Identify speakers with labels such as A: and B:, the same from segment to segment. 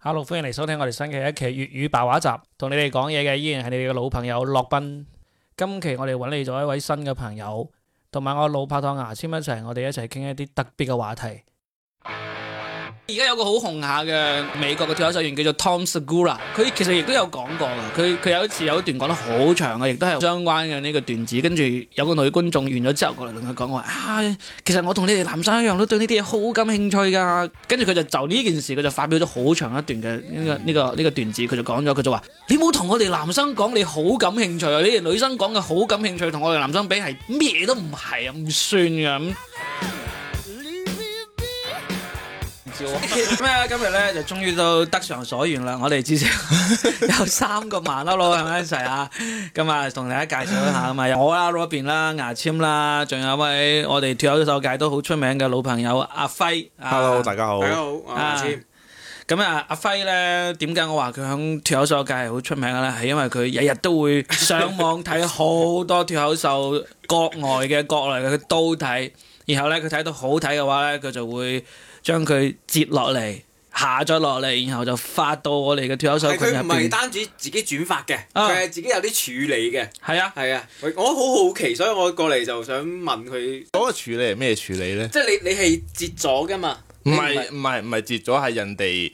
A: Hello，歡迎嚟收聽我哋新嘅一期粵語白話集，同你哋講嘢嘅依然係你哋嘅老朋友洛賓。今期我哋揾嚟咗一位新嘅朋友，同埋我老拍檔牙籤一齊，我哋一齊傾一啲特別嘅話題。而家有個好紅下嘅美國嘅脫口秀員叫做 Tom Segura，佢其實亦都有講過㗎。佢佢有一次有一段講得好長嘅，亦都係相關嘅呢個段子。跟住有個女觀眾完咗之後過嚟同佢講話啊，其實我同你哋男生一樣都對呢啲嘢好感興趣㗎。跟住佢就就呢件事，佢就發表咗好長一段嘅呢個呢個呢個段子，佢就講咗，佢就話：你冇同我哋男生講你好感興趣啊！你哋女生講嘅好感興趣同我哋男生比係咩都唔係啊，唔算㗎咁。咁 咧，今日咧就終於都得償所願啦！我哋 至少有三個麻甩佬係咪一齊啊？咁啊，同大家介紹一下啊嘛，有我啦，Robin 啦，牙籤啦，仲有一位我哋脱口秀界都好出名嘅老朋友阿輝。啊
B: Hello，大家好。
C: 大家好，我
A: 啊
C: 係
A: 咁啊，阿輝咧點解我話佢響脱口秀界係好出名嘅咧？係因為佢日日都 會上網睇好多脱口秀，國外嘅、國內嘅佢都睇。然後咧，佢睇到好睇嘅話咧，佢就會將佢截落嚟、下載落嚟，然後就發到我哋嘅脱口秀
C: 阿
A: 群
C: 佢
A: 入
C: 唔係
A: 邊。
C: 單止自己轉發嘅，
A: 啊
C: 佢係自己有啲處理嘅。
A: 係啊，
C: 係啊，我好好奇，所以我過嚟就想問佢，
B: 嗰個處理係咩處理咧？
C: 即係你你係截咗噶嘛？
B: 唔係唔係唔係截咗，係人哋，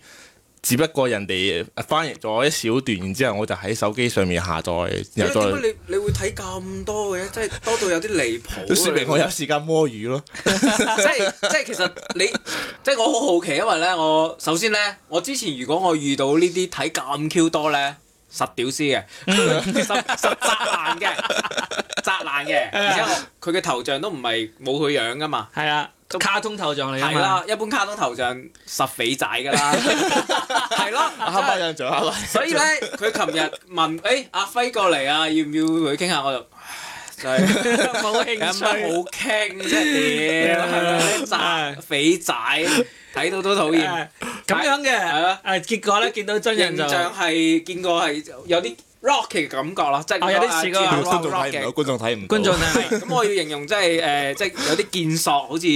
B: 只不過人哋呃翻譯咗一小段，然之後我就喺手機上面下載，
C: 你，
B: 然後再
C: 點解你你會睇咁多嘅？即係多到有啲離譜啊。
B: 都説明我有時間摸魚咯。
C: 即係即係其實你即係我好好奇，因為咧我首先咧，我之前如果我遇到呢啲睇咁 Q 多咧，實屌絲嘅， 實實砸爛嘅，砸爛嘅，而且我佢嘅頭像都唔係冇佢樣噶嘛。
A: 係啊，卡通頭像嚟㗎
C: 係
A: 啊嘛。
C: 啦，一般卡通頭像實肥仔㗎啦，係咯，
B: 黑
C: 啊真係
B: 白印象，黑白。
C: 所以咧，佢琴日問，誒、阿輝過嚟啊，要唔要同佢傾下？我就唉真係
A: 冇
C: 有乜
A: 興趣。
C: 好傾啫？屌，係咪
A: 唉
C: 宅肥仔睇到都討厭，
A: 誒啊咁樣
C: 係
A: 嘅
C: 啊
A: 誒，結果咧見到真人
C: 形
A: 就
C: 象係見過係有啲 rock 嘅感覺啦，即係
A: 哦有啲似嗰個
C: 啊
B: 觀眾
C: rock
B: 睇唔到，
C: 嘅。
B: 觀眾睇唔到。
A: 觀 眾係咪？
C: 咁我要形容即係誒，即係有啲健索，好似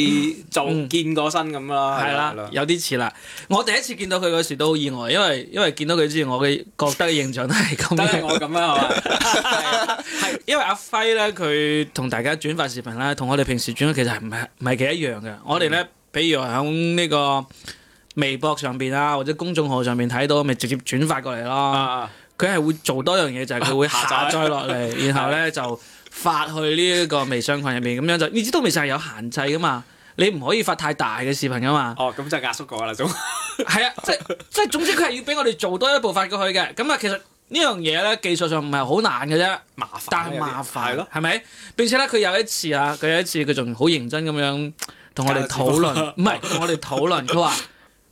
C: 做
A: 嗯
C: 健過身咁啦，
A: 係
C: 係
A: 啦，有啲似啦。我第一次見到佢嗰時都好意外，因為因為見到佢之前，我嘅覺得嘅印象都係咁
C: 都係
A: 樣。
C: 我咁樣係嘛？
A: 係因為阿輝咧，佢同大家轉發視頻啦，同我哋平時轉其實係唔係唔係幾一樣嘅。我哋咧，比如喺呢個微博上邊啊，或者公眾號上面睇到，咪直接轉發過嚟咯。
C: 啊，
A: 佢係會做多樣嘢，就係 佢會
C: 下
A: 下
C: 載
A: 載落 嚟，然後咧就發去呢一個微商群入面，咁樣就你知道微商係有限制噶嘛，你唔可以發太大嘅視頻噶嘛。
C: 哦，咁就壓縮過啦，總
A: 係 啊，即即係總之佢係要俾我哋做多一步發過去嘅。咁啊，其實呢樣嘢咧技術上唔係好難嘅啫，
C: 麻煩
A: 但
C: 有
A: 係
C: 啲
A: 麻
C: 係
A: 煩
C: 咯，
A: 係咪？並且咧，佢有一次啊，佢有一次佢仲好認真咁樣同我哋討論， 唔係同我哋討論，佢話。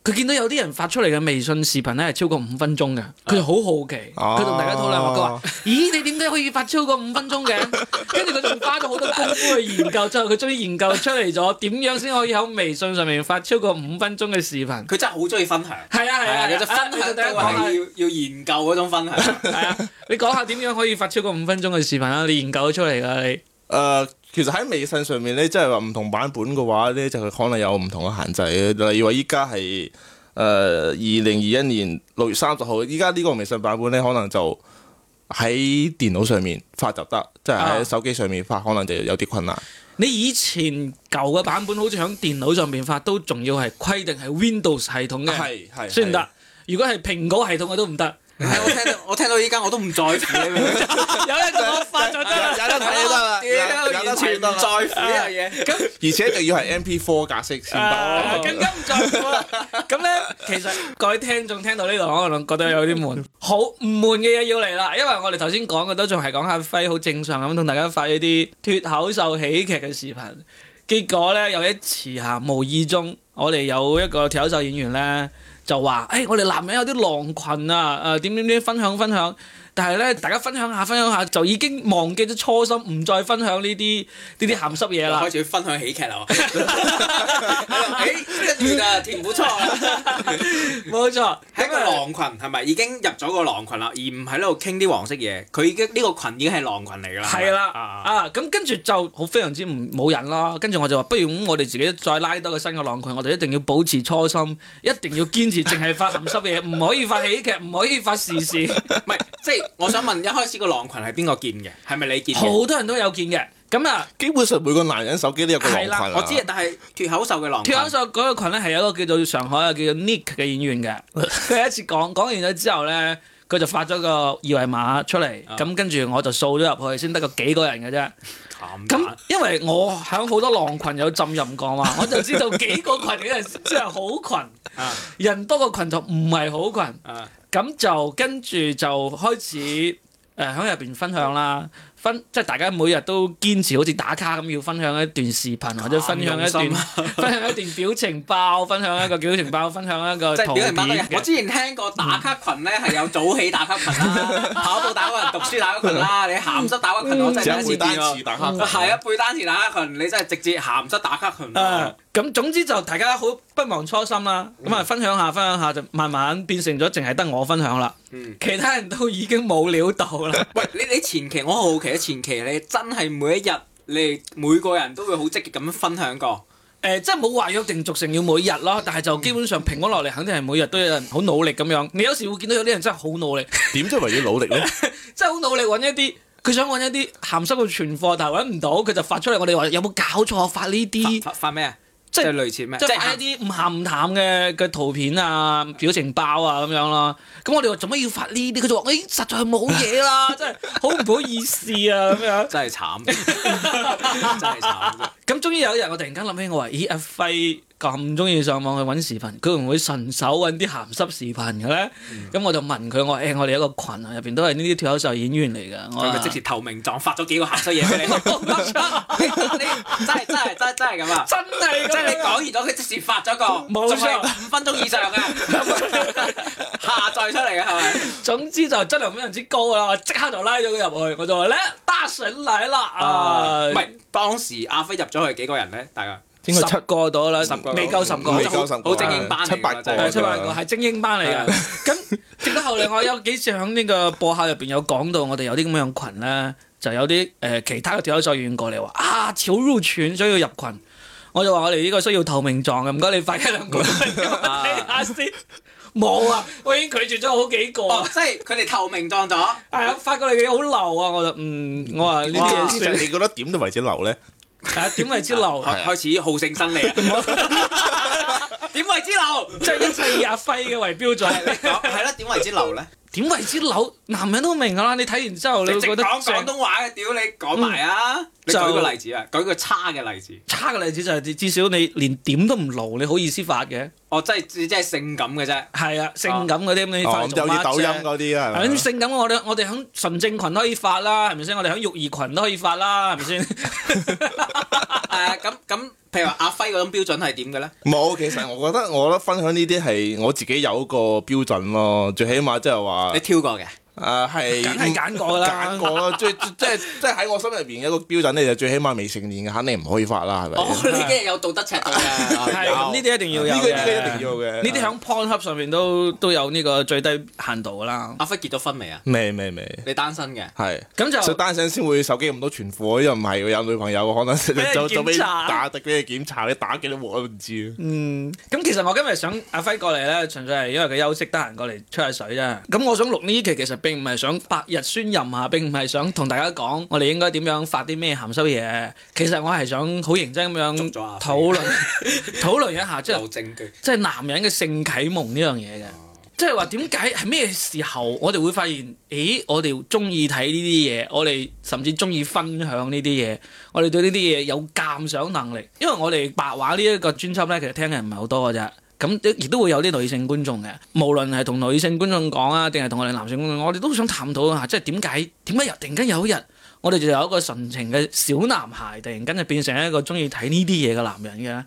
A: 佢見到有啲人發出嚟嘅微信視頻咧係超過五分鐘嘅，佢就好好奇，
B: 哦
C: 啊
A: 佢同大家討論話，佢
C: 哦
A: 話：咦，你點解可以發超過五分鐘嘅？跟住佢仲花咗好多功夫去研究，之後佢終於研究出嚟咗點樣先可以喺微信上面發超過五分鐘嘅視頻。
C: 佢真係好中意分享。
A: 係啊係
C: 係
A: 啊，
C: 啊，有隻分
A: 你同
C: 享
A: 大
C: 都
A: 家
C: 係
A: 講下
C: 要要研究嗰種分享。
A: 係啊，你講下點樣可以發超過五分鐘嘅視頻啊？你研究出嚟㗎你。
B: 誒，啊其實喺微信上面咧，即係話唔同版本嘅話咧，就佢可能有唔同嘅限制嘅。例如話依家係誒呃二零二一年六月三十號，依家呢個微信版本咧，可能就喺電腦上面發就得，即係
A: 啊
B: 喺手機上面發可能就有啲困難。
A: 你以前舊嘅版本好似喺電腦上邊發都仲要係規定係 Windows 系統嘅
B: 係係
A: 先得，如果係蘋果系統嘅都唔得。
C: 係啊我聽到我聽到依家我都唔在 乎你明唔明？
A: 有一個 我發咗得啦，
B: 有得睇就得啦，
C: 屌，完全唔在乎呢樣嘢。咁
B: 而且就要係 MP4 格式 先
A: 啊
B: 得。
A: 更加唔在乎啦。咁咧，其實各位聽眾聽到呢度，可能覺得有啲悶。好唔悶嘅嘢要嚟啦，因為我哋頭先講嘅都仲係講阿輝好正常咁同大家發一啲脱口秀喜劇嘅視頻。結果咧有一次嚇，無意中我哋有一個脱口秀演員咧就話：，誒、我哋男人有啲狼群啊，誒點點點分享分享。但係咧，大家分享下分享下，就已經忘記咗初心，唔再分享呢啲呢啲鹹濕嘢啦
C: 開。始分享喜劇 啦！誒，一段啊，填不錯啊！
A: 冇錯，
C: 喺個狼群係咪已經入咗個狼群啦？而唔喺度傾啲黃色嘢，佢已經呢個群已經係狼群嚟㗎啦。
A: 係啦，
C: 啊
A: 啊咁跟住就好非常之唔冇人啦。跟住我就話，不如咁，我哋自己再拉多個新嘅浪群，我哋一定要保持初心，一定要堅持，淨係發鹹濕嘢，唔可以發喜劇，唔可以發時 事。
C: 唔係，即係我想問，一開始個狼群係邊個建嘅？係咪你建嘅？
A: 好多人都有見嘅。咁啊，
B: 基本上每個男人手機都有個狼
A: 係
B: 群
A: 啦
B: 啊
C: 我知啊，但係脱口秀嘅狼群
A: 脱口秀嗰個群咧係有一個叫做上海啊，叫做 Nick 嘅演員嘅。 佢有一次講講完咗之後咧，佢就發咗個二維碼出嚟，
C: 啊
A: 咁跟住我就掃咗入去，先得個幾個人嘅啫。
C: 咁
A: 咁因為我喺好多浪群有浸淫 過嘛，我就知道幾個群嘅人真係好群，
C: 啊
A: 人多個群就唔係好群。
C: 啊
A: 咁就跟住就開始誒喺入邊分享啦，分即係大家每日都堅持好似打卡咁要分享一段視
C: 啊
A: 頻或者分享一
C: 咁
A: 段
C: 用
A: 分享一段表情包，分享一個表情包，分享一個
C: 即
A: 圖
C: 係表
A: 片
C: 人包嘅。我
A: 嘅。
C: 之前聽過打卡群咧係有早起打卡群 啦，跑步打卡群、讀書打卡群 啦，你鹹濕打卡群我真
B: 只
C: 嗯係第一
B: 有背
C: 次
B: 單
C: 見
B: 詞
C: 喎。
B: 打黑。
C: 係啊，背單詞打卡群，你真係直接鹹濕打卡群。
A: 誒啊咁總之就大家好不忘初心啦，
C: 嗯
A: 咁啊分享下分享下就慢慢變成咗淨係得我分享啦，
C: 嗯
A: 其他人都已經冇料到啦。
C: 喂，你你前期我好好奇啊，前期你真係每一日你每個人都會好積極咁分享過，
A: 誒、即係冇話約定俗成要每日咯，但係就基本上平穩落嚟，肯定係每日都有人好努力咁樣。你有時會見到有啲人真係好 努力，
B: 點即係為要努力咧？
A: 真係好努力揾一啲佢想揾一啲鹹濕嘅存貨，但係揾唔到，佢就發出嚟。我哋話有冇搞錯發呢啲，
C: 發發發咩啊？
A: 即
C: 即係
A: 係
C: 類似咩？
A: 即
C: 即
A: 係發一
C: 係
A: 啲唔鹹唔淡嘅嘅圖片啊、表情包啊咁樣啦。咁我哋話做乜要發呢啲？佢就話：，誒、實在係冇嘢啦，真係好唔好意思啊咁樣。
C: 真係慘， 真係慘。
A: 咁終於有一日，我突然間諗起，我話：咦，阿輝咁中意上網去揾視頻，佢會唔會順手揾啲鹹濕視頻嘅咧？
C: 嗯
A: 咁、我就問佢，我話：誒、我哋有一個群啊，入邊都係呢啲脱口秀演員嚟㗎。我
C: 佢咪
A: 話
C: 即 時透明狀發咗幾個鹹濕嘢俾你， 你真係真係真係真係咁啊！
A: 真係㗎，
C: 即係你講完咗，佢即時發咗個，
A: 冇錯
C: 仲係五分鐘 以上嘅，下載出嚟嘅係咪？
A: 總之就質量非常之高啦，我即刻就拉咗佢入去，我就話咧，大神嚟啦啊！
C: 唔係當時阿輝入咗去幾個人咧？大概
A: 應該七個到啦，
C: 個
A: 未夠十個，
B: 未夠十個
C: 好精英班嚟㗎
B: 七八個
C: 真
A: 係
C: 係
A: 出版個係啊精英班嚟嘅。咁直到後嚟，我有幾次喺呢個播客入邊有講到，我哋有啲咁樣群咧，就有啲誒、呃其他嘅脱口秀演員過嚟話啊，潮入群，所以要入群。我就話我哋呢個需要透明狀嘅，唔該你快一兩 個睇下先。冇啊，我已經拒絕咗好幾 個啊
C: 哦，。即係佢哋透明撞咗，
A: 係啊，發覺你哋好流啊！我就嗯，我話呢啲
C: 哇
A: 嘢
B: 其
A: 算
B: 實你覺得點都為之流咧？
A: 啊，點為之流？
C: 開開始好勝 生利啊！點為之流？
A: 即係一切以阿輝嘅為標
C: 係你
A: 準。
C: 講 係啦，點為之流咧？
A: 點為之流？男人都明㗎啦，你睇完之後你
C: 你
A: 會
C: 直
A: 覺得
C: 講廣
A: 正。嗯
C: 東話嘅，屌你講埋啊！你舉
A: 就
C: 個例子啊，舉個差嘅例子。
A: 差嘅例子就係至少你連點都唔露，你好意思發嘅？
C: 哦，即係即係性感嘅啫。
A: 係啊，性感嗰啲咁你發嚟
B: 哦，咁
A: 做
B: 有
A: 乜
B: 啲抖音
A: 啫？
B: 嗰啲啊，係
A: 咁
B: 咪
A: 性感我哋我哋喺純正群可以發啦，係咪先？我哋喺育兒群都可以發啦，係咪先？啊
C: 誒咁咁，譬如話阿輝嗰種標準係點嘅咧？
B: 冇，其實我覺得我覺得分享呢啲係我自己有個標準咯，最起碼即係
A: 啊
B: 話
C: 你挑過嘅。
B: 誒係
A: 梗係揀過㗎啦
B: 揀。過咯，最即係即係喺我心入邊有一個標準咧，就最起碼未成年嘅肯定唔可以發啦，係咪？
C: 哦，你嘅有道德尺度嘅。 哦
A: 係咁，呢啲一定要有
B: 呢個呢個
A: 嘅
B: 一定要
A: 呢
B: 嘅
A: 啲喺 PornHub 上面都都有呢個最低限度㗎啦。
C: 阿輝結咗婚未啊？
B: 未未未，
C: 你單身嘅。
B: 係。
A: 咁
B: 所
A: 就
B: 以單身先會手機咁多存貨，又唔係喎有女朋友可能
A: 人
B: 就就俾
A: 檢查
B: 打的俾你檢查，你打幾多鑊都唔知。
A: 嗯，咁其實我今日想阿輝過嚟咧，純粹係因為佢休息得閒過嚟吹下水啫。咁我想錄呢期其實並唔係想百日宣淫下，並唔係想同大家講我哋應該點樣發啲咩鹹濕嘢。其實我係想好認真咁樣
C: 捉咗阿輝
A: 討論討論一下， 即係
C: 有證據。
A: 即係男人嘅性啟蒙呢樣嘢嘅，即係話點解係咩時候我哋會發現，咦，我哋中意睇呢啲嘢，我哋甚至中意分享呢啲嘢，我哋對呢啲嘢有鑑賞能力，因為我哋白話呢一個專輯呢，其實聽嘅人唔係好多嘅啫。咁亦都會有啲女性觀眾嘅，無論係同女性觀眾講啊，定係同我哋男性觀眾講，我哋都想探討一下，即係點解點解又突然間有一日，我哋就有一個純情嘅小男孩，突然間就變成一個中意睇呢啲嘢嘅男人嘅咧？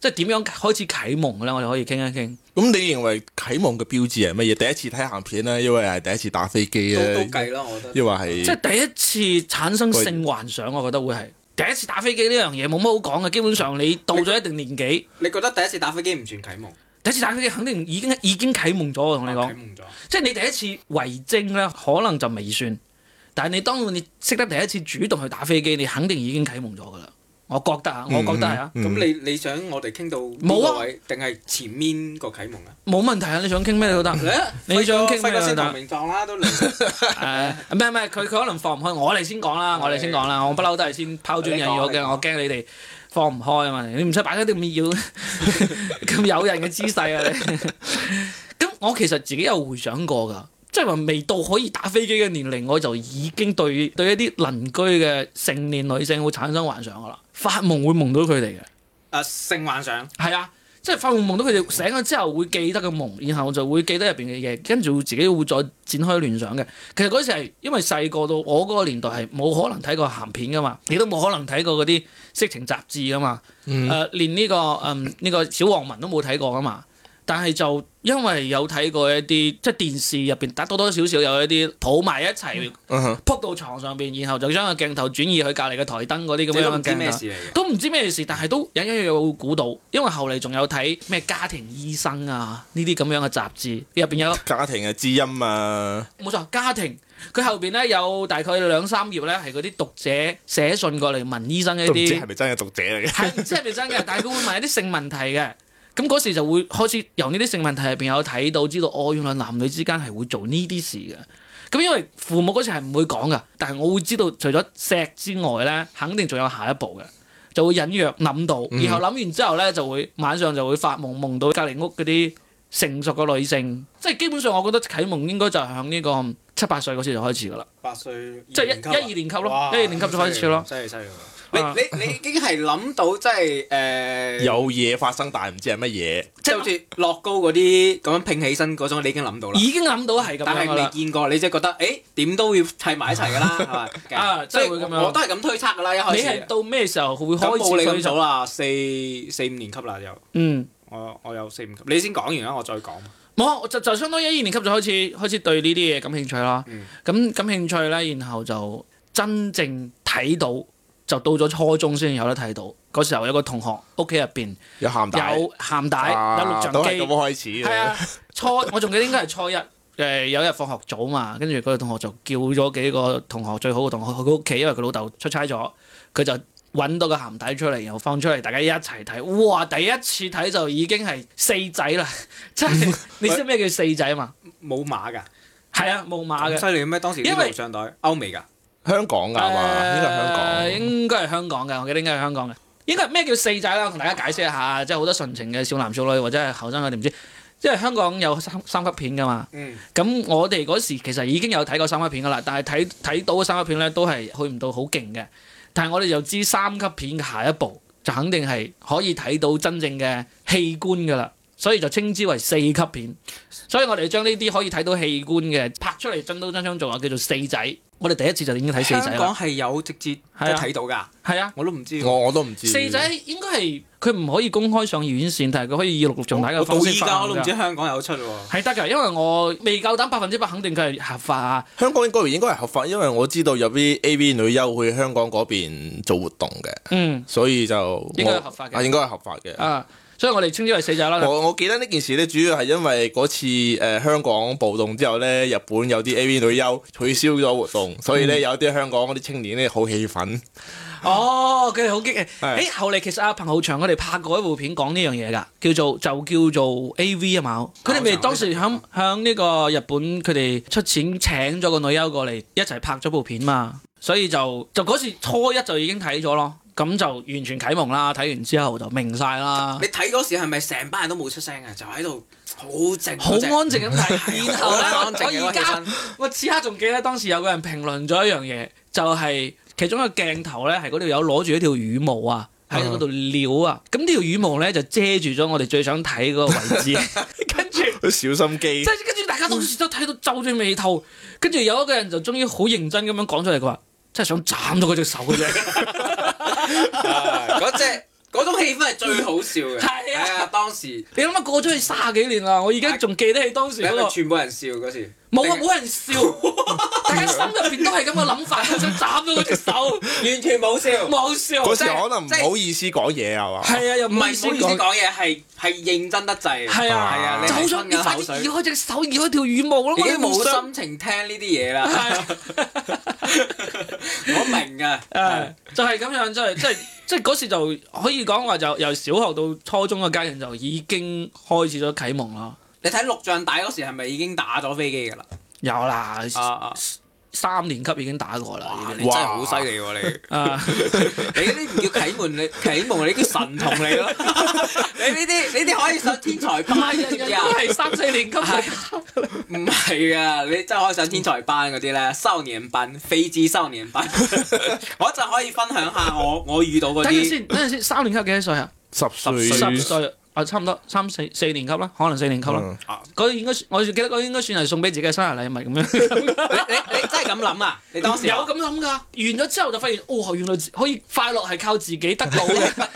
A: 即係點樣開始啟蒙咧？我哋可以傾一傾。
B: 咁你認為啟蒙嘅標誌係乜嘢？第一次睇鹹片咧，因為係第一次打飛機
C: 都都
B: 咧，
C: 計啦，我覺得。
B: 因為係
A: 即係第一次產生性幻想，我覺得會係第一次打飛機呢樣嘢冇乜好講嘅。基本上你到咗一定年紀，
C: 你覺得第一次打飛機唔算啟蒙？啊
A: 第一次打飛機肯定已經已經啟蒙咗。我同你
C: 啟
A: 講，
C: 蒙咗。
A: 即係你第一次為精咧，可能就未算。但係你當你識得第一次主動去打飛機，你肯定已經啟蒙咗㗎啦。我覺得啊，我覺得係啊，
B: 嗯
C: 咁你你想我哋傾到呢
A: 冇啊
C: 個位，定係前面個啟蒙啊？
A: 冇問題啊。你想傾咩都得。你
C: 輝哥
A: 想傾咩
C: 輝哥
A: 啊
C: 先
A: 但
C: 同名狀啦，都嚟。
A: 誒，唔係唔係，佢佢可能放唔開，我哋先講啦，我哋先講啦，我不嬲都係先拋磚引玉
C: 你
A: 嘅，
C: 講
A: 我驚你哋放唔開啊嘛，你唔使擺咗啲咁要 咁有人嘅姿勢啊你。咁我其實自己有回想過㗎，即係話未到可以打飛機嘅年齡，我就已經對對一啲鄰居嘅成年女性會產生幻想㗎啦，發夢會夢到佢哋嘅，
C: 啊，性幻想。
A: 係啊。即係發夢夢到佢哋醒咗之後會記得個夢，然後就會記得入邊嘅嘢，跟住自己會再展開聯想嘅。其實嗰時係因為細個到我嗰個年代係冇可能睇過鹹片噶嘛，亦都冇可能睇過嗰啲色情雜誌噶嘛。誒、
C: 嗯
A: 連呢、個嗯呢、個小黃文都冇睇過噶嘛。但係就因為有睇過一啲即係電視入邊，多多少少有一啲抱埋一齊
B: 嗯哼
A: 撲到床上邊，然後就將個鏡頭轉移去隔離嘅台燈嗰啲咁啊
C: 你
A: 樣
C: 都
A: 嘅
C: 唔知
A: 鏡
C: 咩
A: 頭。
C: 事嚟嘅。
A: 都唔知咩事，但係都隱隱約約會估到，因為後嚟仲有睇咩家庭醫生啊呢啲咁樣嘅雜誌，入邊有
B: 家庭嘅知音啊，
A: 冇錯家庭，佢後邊咧有大概兩三頁咧係嗰啲讀者寫信過嚟問醫生一
B: 都唔知
A: 啲
B: 係，咪真嘅讀者嚟嘅。
A: 係唔知係咪真嘅，但係佢會問一啲性問題嘅。咁嗰時就會開始由呢啲性問題入邊有睇到，知道哦，原來男女之間係會做呢啲事嘅。咁因為父母嗰時係唔會講噶，但係我會知道除咗錫之外咧，肯定仲有下一步嘅，就會隱約諗到，
B: 嗯
A: 然後諗完之後咧就會晚上就會發夢，夢到隔離屋嗰啲成熟嘅女性，即係基本上我覺得啟蒙應該就係響呢個七八歲嗰時就開始噶啦。
C: 八歲，
A: 即係一
C: 二年級啊
A: 一二年級咯一
C: 哇
A: 二年級就開始咯
C: 犀利犀利
A: 啊
C: 喎！你你你已經係諗到即係誒，
A: 嗯
B: 有嘢發生，但係唔知係乜嘢。
C: 即係好似樂高嗰啲咁樣拼起身嗰種，你已經諗到啦。
A: 已經諗到係咁
C: 但
A: 樣
C: 係
A: 噶
C: 未
A: 啦，
C: 見過，你即係覺得誒點都要砌埋一齊㗎 啦，係咪？
A: 啊
C: 所以
A: 真係會咁樣
C: 我我都係咁推測㗎啦，一開
A: 你
C: 始。
A: 係到咩時候會
C: 咁
A: 開
C: 冇
A: 始
C: 你
A: 推
C: 咁
A: 咗
C: 早？啦，四四五年級啦又，
A: 嗯。
C: 我我有四五級，你先講完啦，我再講。
A: 冇，我就就相當於一二年級就開始開始對呢啲嘢感興趣啦。
C: 嗯
A: 咁、感興趣咧，然後就真正睇到，就到咗初中先有得睇到。嗰時候有個同學屋企入邊
B: 有鹹帶，
A: 有鹹帶，
B: 啊
A: 有錄像
B: 都係咁
A: 機，
B: 開始嘅。
A: 係啊，初我仲記得應該係初一。 誒、有一日放學早嘛，跟住嗰個同學就叫咗幾個同學最好嘅同學去佢屋企，因為佢老豆出差咗，佢就揾到個鹹帶出嚟，然後放出嚟，大家一齊睇。哇！第一次睇就已經係四仔啦， 真係你知咩叫四仔嘛？
C: 冇馬㗎，
A: 係啊，冇馬
C: 咁
A: 嘅。
C: 犀利咩？當時
A: 因
C: 啲
A: 為
C: 錄像帶歐美㗎，
B: 香港㗎係嘛？應該係香港。
A: 誒啊應該係香港嘅，我記得應該係香港嘅。應該係咩叫四仔啦？我同大家解釋一下，即係好多純情嘅少男少女或者係後生佢哋唔知，因為香港有三三級片噶嘛。
C: 嗯，
A: 咁我哋嗰時其實已經有睇過三級片噶啦，但係睇睇到嘅三級片咧都係去唔到好勁嘅。但係我哋就知三級片嘅下一步就肯定係可以睇到真正嘅器官噶啦，所以就稱之為四級片。所以我哋將呢啲可以睇到器官嘅拍出嚟真刀真槍做啊，叫做四仔。我哋第一次就已經睇四
C: 香
A: 仔啦
C: 港，係有直接即
A: 係
C: 係
A: 啊
C: 睇到㗎，
A: 係啊，
C: 我都唔知喎。
B: 我我都唔知。
A: 四仔應該係佢唔可以公開上院線，但係佢可以以錄錄像帶嘅
C: 我到
A: 方式
C: 依
A: 發
C: 家我
A: 行
C: 都唔
A: 㗎
C: 知香港有出喎。
A: 係得㗎，因為我未夠膽百分之百肯定佢係合法啊。
B: 香港應該應該係合法，因為我知道有啲 A.V. 女優去香港嗰邊做活動嘅，
A: 嗯
B: 所以就
A: 應該係
B: 我
A: 合法嘅
B: 啊，應該係合法嘅。
A: 啊，所以我哋稱之為死仔啦。
B: 我我記得呢件事咧，主要係因為嗰次誒、呃香港暴動之後咧，日本有啲 A.V. 女優取消咗活動，
A: 嗯
B: 所以咧有啲香港嗰啲青年咧好氣憤。
A: 哦，佢哋好激嘅。
B: 係
A: 誒，後嚟其實阿彭浩翔佢哋拍過一部片講呢樣嘢㗎，叫做就叫做 A.V. 啊嘛。佢哋咪當時響響呢個日本，佢哋出錢請咗個女優過嚟一齊拍咗部片嘛，所以就就嗰時初一就已經睇咗咯，咁就完全啟蒙啦。睇完之後就明晒啦
C: 你，睇嗰時係咪成班人都冇出聲啊？就喺度好靜，啊
A: 好安靜咁睇。然後咧，
C: 好安靜嘅
A: 我而
C: 嗰個氣
A: 家
C: 氛。
A: 我此刻仲記得當時有個人評論咗一樣嘢，就係、其中一個鏡頭咧，係嗰條友攞住一條羽毛啊，喺
C: 嗯
A: 嗰度撩啊，咁呢條羽毛咧就遮住咗我哋最想睇嗰個位 置，跟住。
B: 都小心機
A: 即，係跟住大家當時都睇到皺住眉頭，跟住有一個人就終於好認真 咁樣講出嚟，佢話：真係想斬咗佢隻手嘅啫。
C: 嗰只嗰種氣氛係最好笑嘅。
A: 係啊
C: 係啊，當時
A: 你諗下過咗去卅幾年啦，我而家仲記得起當時
C: 你
A: 嗰
C: 係咪
A: 個。
C: 全部人笑嗰時？
A: 冇啊，
C: 定係
A: 冇人笑，大家心入邊都係咁嘅諗法，想斬咗嗰隻手，
C: 完全冇笑。
A: 冇笑。
B: 嗰時
A: 真係
B: 可能唔好意思講嘢係嘛？
A: 係啊，又
C: 唔係唔好意思
A: 講，
C: 講嘢，係係認真得滯。
A: 係啊
C: 係啊，你
A: 就好想
C: 係吞
A: 你
C: 緊
A: 快
C: 口
A: 啲
C: 水
A: 移，開隻手，移開條羽毛啦，
C: 已經
A: 我哋唔
C: 冇
A: 想。
C: 心情聽呢啲嘢啦。
A: 係
C: 我明啊㗎，
A: 誒，就係咁樣，即係即係即係嗰時就可以講話，就由小學到初中嘅階段就已經開始咗啟蒙啦。
C: 你睇錄像帶嗰時係咪已經打咗飛機㗎啦？
A: 有啦，
C: 啊啊！
A: 三年級已經打過啦，
C: 哇！
A: 已
C: 你
A: 經。
C: 真係好犀利喎你！
A: 啊，
C: 你呢啲唔叫啟蒙，你啟蒙你叫神童嚟咯。你呢啲你啲可以上天才
A: 唔
C: 班
A: 係人人
C: 㗎，
A: 都係三四年級嘅。
C: 唔係㗎，你真係可以上天才班嗰啲咧，少年班、非智少年班。 我就可以分享下我我遇到嗰
A: 等陣
C: 啲
A: 先，等陣先，三年級幾多歲啊？
B: 十歲
A: 十歲啊，差唔多三四四年級啦，可能四年級啦。
B: 嗯
C: 啊
A: 嗰個應該算，我記得嗰個應該算係送俾自己嘅生日禮物咁樣。
C: 你你你真係咁諗啊？你當時
A: 有咁諗㗎，完咗之後就發現，哦，原來可以快樂係靠自己得到 嘅。
C: 啊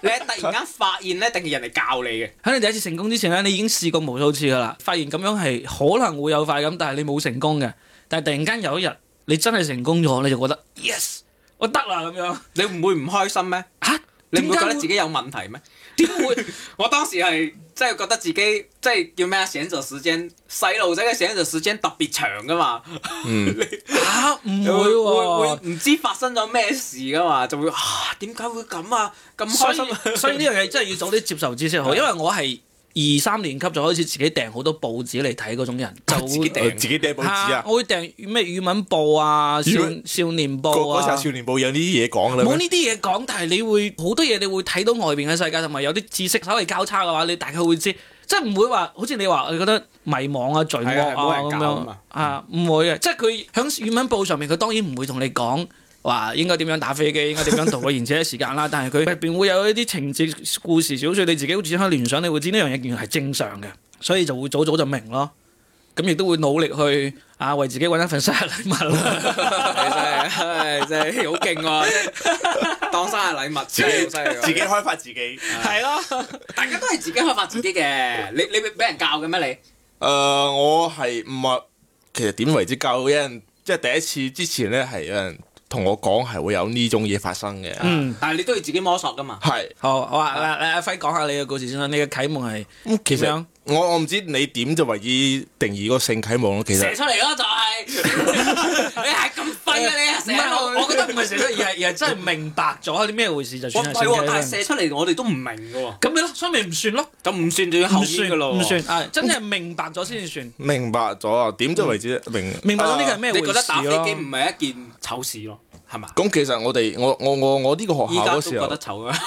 C: 你突然間發現咧，定係人哋教你嘅？
A: 喺你第一次成功之前咧，你已經試過無數次㗎啦，發現咁樣係可能會有快感，但係你冇成功嘅。但係突然間有一日，你真係成功咗，你就覺得 yes，我得啦咁樣。
C: 你唔會唔開心咩？
A: 嚇、
C: 啊你唔會覺得
A: 點解會
C: 自己有問題咩？
A: 點會？
C: 我當時係即係覺得自己即係叫咩啊？醒著時間，細路仔嘅醒著時間特別長噶嘛，
B: 嗯，
A: 嚇啊唔
C: 會
A: 會喎、
C: 會唔知發生咗咩事噶嘛，就會啊點解會咁啊咁
A: 所
C: 開心啊
A: 以 所以呢樣嘢真係要早啲接受知識好，因為我係二三年級就開始自己訂好多報紙嚟睇嗰種人，就
C: 自己訂
B: 我自己掟報紙
A: 啊
B: 啊！
A: 我會訂咩語文報啊、少
B: 語文
A: 少年
B: 嗰
A: 報
B: 嗰時候
A: 啊。
B: 少年部有呢啲嘢講啦
A: 冇
B: 咩，
A: 呢啲嘢講，但係你會好多嘢，你會睇到外邊嘅世界，同埋有啲知識稍微交叉嘅話，你大概會知，即係唔會話好似你話你覺得迷茫啊、罪惡
C: 係啊冇
A: 啊
C: 人
A: 咁
C: 教啊
A: 樣
C: 嘛
A: 啊，唔會嘅，即係佢喺語文報上面，佢當然唔會同你講。話應該點樣打飛機，應該點樣度過延遲嘅時間啦。但 係佢入邊會有一啲情節故事小説，你自己好似可以聯想，你會知呢樣嘢原來係正常嘅，所以就會早早就明咯。咁亦都會努力去啊，為自己揾一份生日禮物啦。
C: 唉真 係真係好勁喎！即係當生日禮物
B: 自
C: 真
B: 己
C: 係好犀利喎
B: 自己開發自 己。
A: 係咯，
C: 大家都係自己開發自己嘅，你你俾人教嘅咩你？
B: 誒、呃我係唔係其實點為之夠？有人即係第一次之前咧，係有人同我講係會有呢種嘢發生嘅。
A: 嗯。
C: 但係你都要自己摸索噶嘛。
B: 係
A: 好，我話嗱，嗱阿輝講下你嘅故事先啦。你嘅啟蒙係
B: 咁，其
A: 點樣
B: 實我我唔知你點就為之定義嗰個性啟蒙咯。其
C: 射
B: 實
C: 出嚟咯，就係你係哎咁廢嘅你啊！射
A: 唔係我，
C: 我
A: 我覺得唔係射出，而係而係真係明白咗啲咩回事就算
C: 我唔
A: 係
C: 係
A: 性
C: 喎，
A: 啟
C: 但係
A: 蒙。
C: 射出嚟我哋都唔明嘅喎，
A: 咁咪咯，所以咪唔算咯，
C: 就唔算仲要後
A: 唔
C: 面
A: 算
C: 嘅咯喎
A: 唔算，係真係明白咗先至算。
B: 明白咗啊，點就為之明
A: 嗯明白咗呢個係
B: 啊
A: 咩回
C: 你
A: 事
C: 覺得打飛
A: 咯
C: 機唔係一件醜事咯，係嘛？
B: 咁其實我哋我我我我呢個學
C: 依
B: 校
C: 家都
B: 嗰時
C: 覺
B: 候
C: 得，醜啊！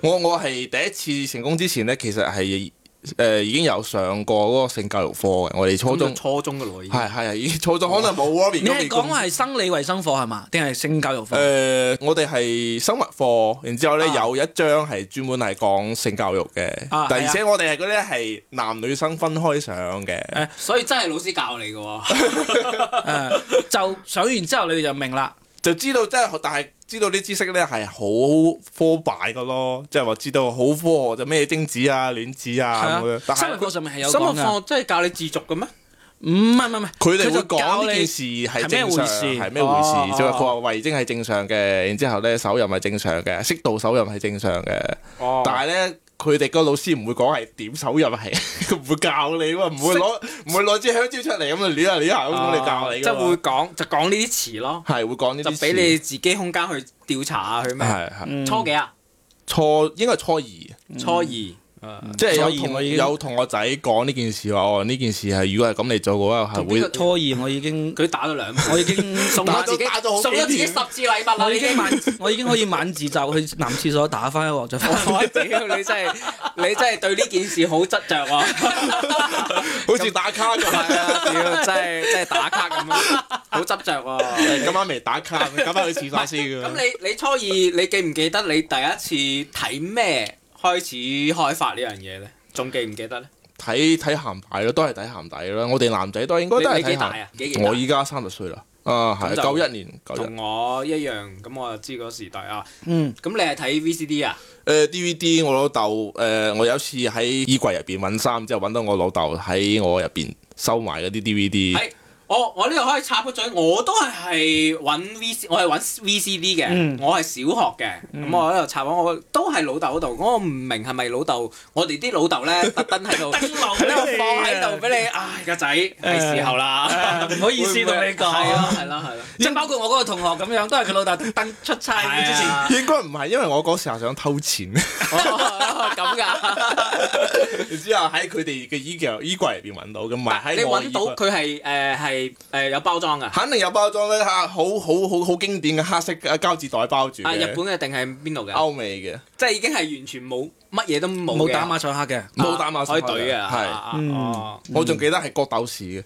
B: 我我係第一次成功之前咧，其實係誒、呃已經有上過嗰個性教育課嘅。我哋初中
C: 咁就 初中嘅咯，已經
B: 係係係已經初中可能冇 Robin
A: 哦你係
B: 嗰
A: 講
B: 邊咁
A: 話係生理衞生課係嘛？定係性教育
B: 誒、
A: 課？
B: 呃我哋係生物課，然之後咧、
A: 啊
B: 有一章係專門係講性教育嘅，
A: 啊
B: 但
A: 係啊
B: 而且我哋係嗰啲係男女生分開上嘅，
A: 誒
C: 所以真係老師教你嘅 喎。
A: 誒，就上完之後你哋就明啦。
B: 就知道真係，但係知道啲知識咧係好科辦嘅咯，即係話知道好科學就咩精子啊、卵子啊咁
A: 係
B: 樣
A: 啊，，
B: 但
A: 生物
B: 係
A: 課上面係有
C: 生物
A: 講㗎。
C: 課真係教你自足嘅咩？
A: 唔係唔係唔係，
B: 佢
A: 就
B: 哋會
A: 教
B: 講呢
A: 你
B: 件事係
A: 係咩
B: 正
A: 回
B: 常，
A: 事
B: 係咩回
A: 哦
B: 事？即係
A: 哦
B: 佢話遺精係正常嘅，然之後咧手淫係正常嘅，適度手淫係正常嘅。
C: 哦
B: 但係咧，佢哋個老師唔會講係點手入係， 佢唔會教你喎，唔會攞唔會攞支香蕉出嚟咁就亂下亂下咁嚟教你㗎喎。
C: 啊即係會講就講呢啲詞咯，
B: 係會講呢
C: 就
B: 啲
C: 俾你自己空間去調查下去
B: 詞
C: 咩？
B: 係係
A: 嗯
C: 初幾啊？
B: 初應該係初二，即
C: 初二。誒
B: 係有
A: 初二我
B: 同
A: 已經
B: 有同我仔講呢件事話哦，呢件事係如果係咁你做嘅話係
C: 同邊個
B: 會
C: 初
A: 初二我已經
C: 佢打咗兩盤，
A: 我已 經
C: 送
B: 打
C: 咗
B: 咗
C: 自己
B: 打咗好幾
C: 送咗自己十
B: 年
C: 次禮物啦，
A: 我
C: 你
A: 已
C: 已
A: 經
C: 經。
A: 晚我已經可以晚自習去男廁所打翻一鑊再翻。
C: 我屌你真係，你真係對呢件事好執着喎！
B: 好似打卡咁。
C: 係啊，屌真係真係打卡咁啊，好執着 喎！
B: 啊誒今晚未打卡，今晚去廁所先㗎。
C: 咁你你初二你記唔記得你第一次睇咩開始開發呢樣嘢咧？仲記唔記得咧？
B: 睇睇鹹帶咯，都係睇鹹帶啦。我哋男仔都應該都
C: 你
B: 係
C: 你幾
B: 睇
C: 大啊？幾幾
B: 鹹。
C: 大
B: 我依家三十歲啦，啊，
C: 咁
B: 係
C: 就
B: 九一年，九一
C: 同我一樣，咁我就知嗰時代啊。
A: 嗯，
C: 咁你係睇 VCD 啊？
B: 誒 DVD，我老豆誒，我有一次喺衣櫃入邊揾衫，之後揾到我老豆喺我入邊收埋嗰啲 DVD。
C: 係，我哦我呢度可以插個嘴，我都係係揾 VC，我係揾 VCD 嘅，
A: 嗯
C: 我係小學嘅，咁、我喺度插講，我都係老豆嗰度，我唔明係咪老豆，我哋啲老 豆咧特登喺度。喺度放喺度俾你，唉個仔係時候啦，
A: 嗯誒 唔好意思同你講
C: 係啦係啦 係啦，
A: 即係包括我嗰個同學咁樣，都係佢老豆特登出差之
C: 係
A: 前。
C: 啊
B: 應該唔係，因為我嗰時候想偷 錢，
C: 哦咁㗎。
B: 然之後啊喺佢哋嘅衣櫃衣櫃入邊揾到嘅，唔係
C: 啊你
B: 喺我嘅
C: 揾
B: 衣
C: 到
B: 櫃。
C: 佢係誒係誒有包裝㗎，
B: 肯定有包裝咧，嚇好好好好經典嘅黑色嘅膠紙袋包住
C: 啊日
B: 嘅，
C: 本嘅啊定係邊度嘅？
B: 歐美嘅，
C: 即係已經係完全冇乜嘢都冇
A: 冇
C: 嘅啊
A: 打馬賽克嘅，
B: 冇打馬
C: 可
B: 賽
C: 以
B: 克嘅
C: 隊啊，
B: 係
C: 啊啊
A: 嗯
C: 哦
B: 我仲記得係角鬥士嘅，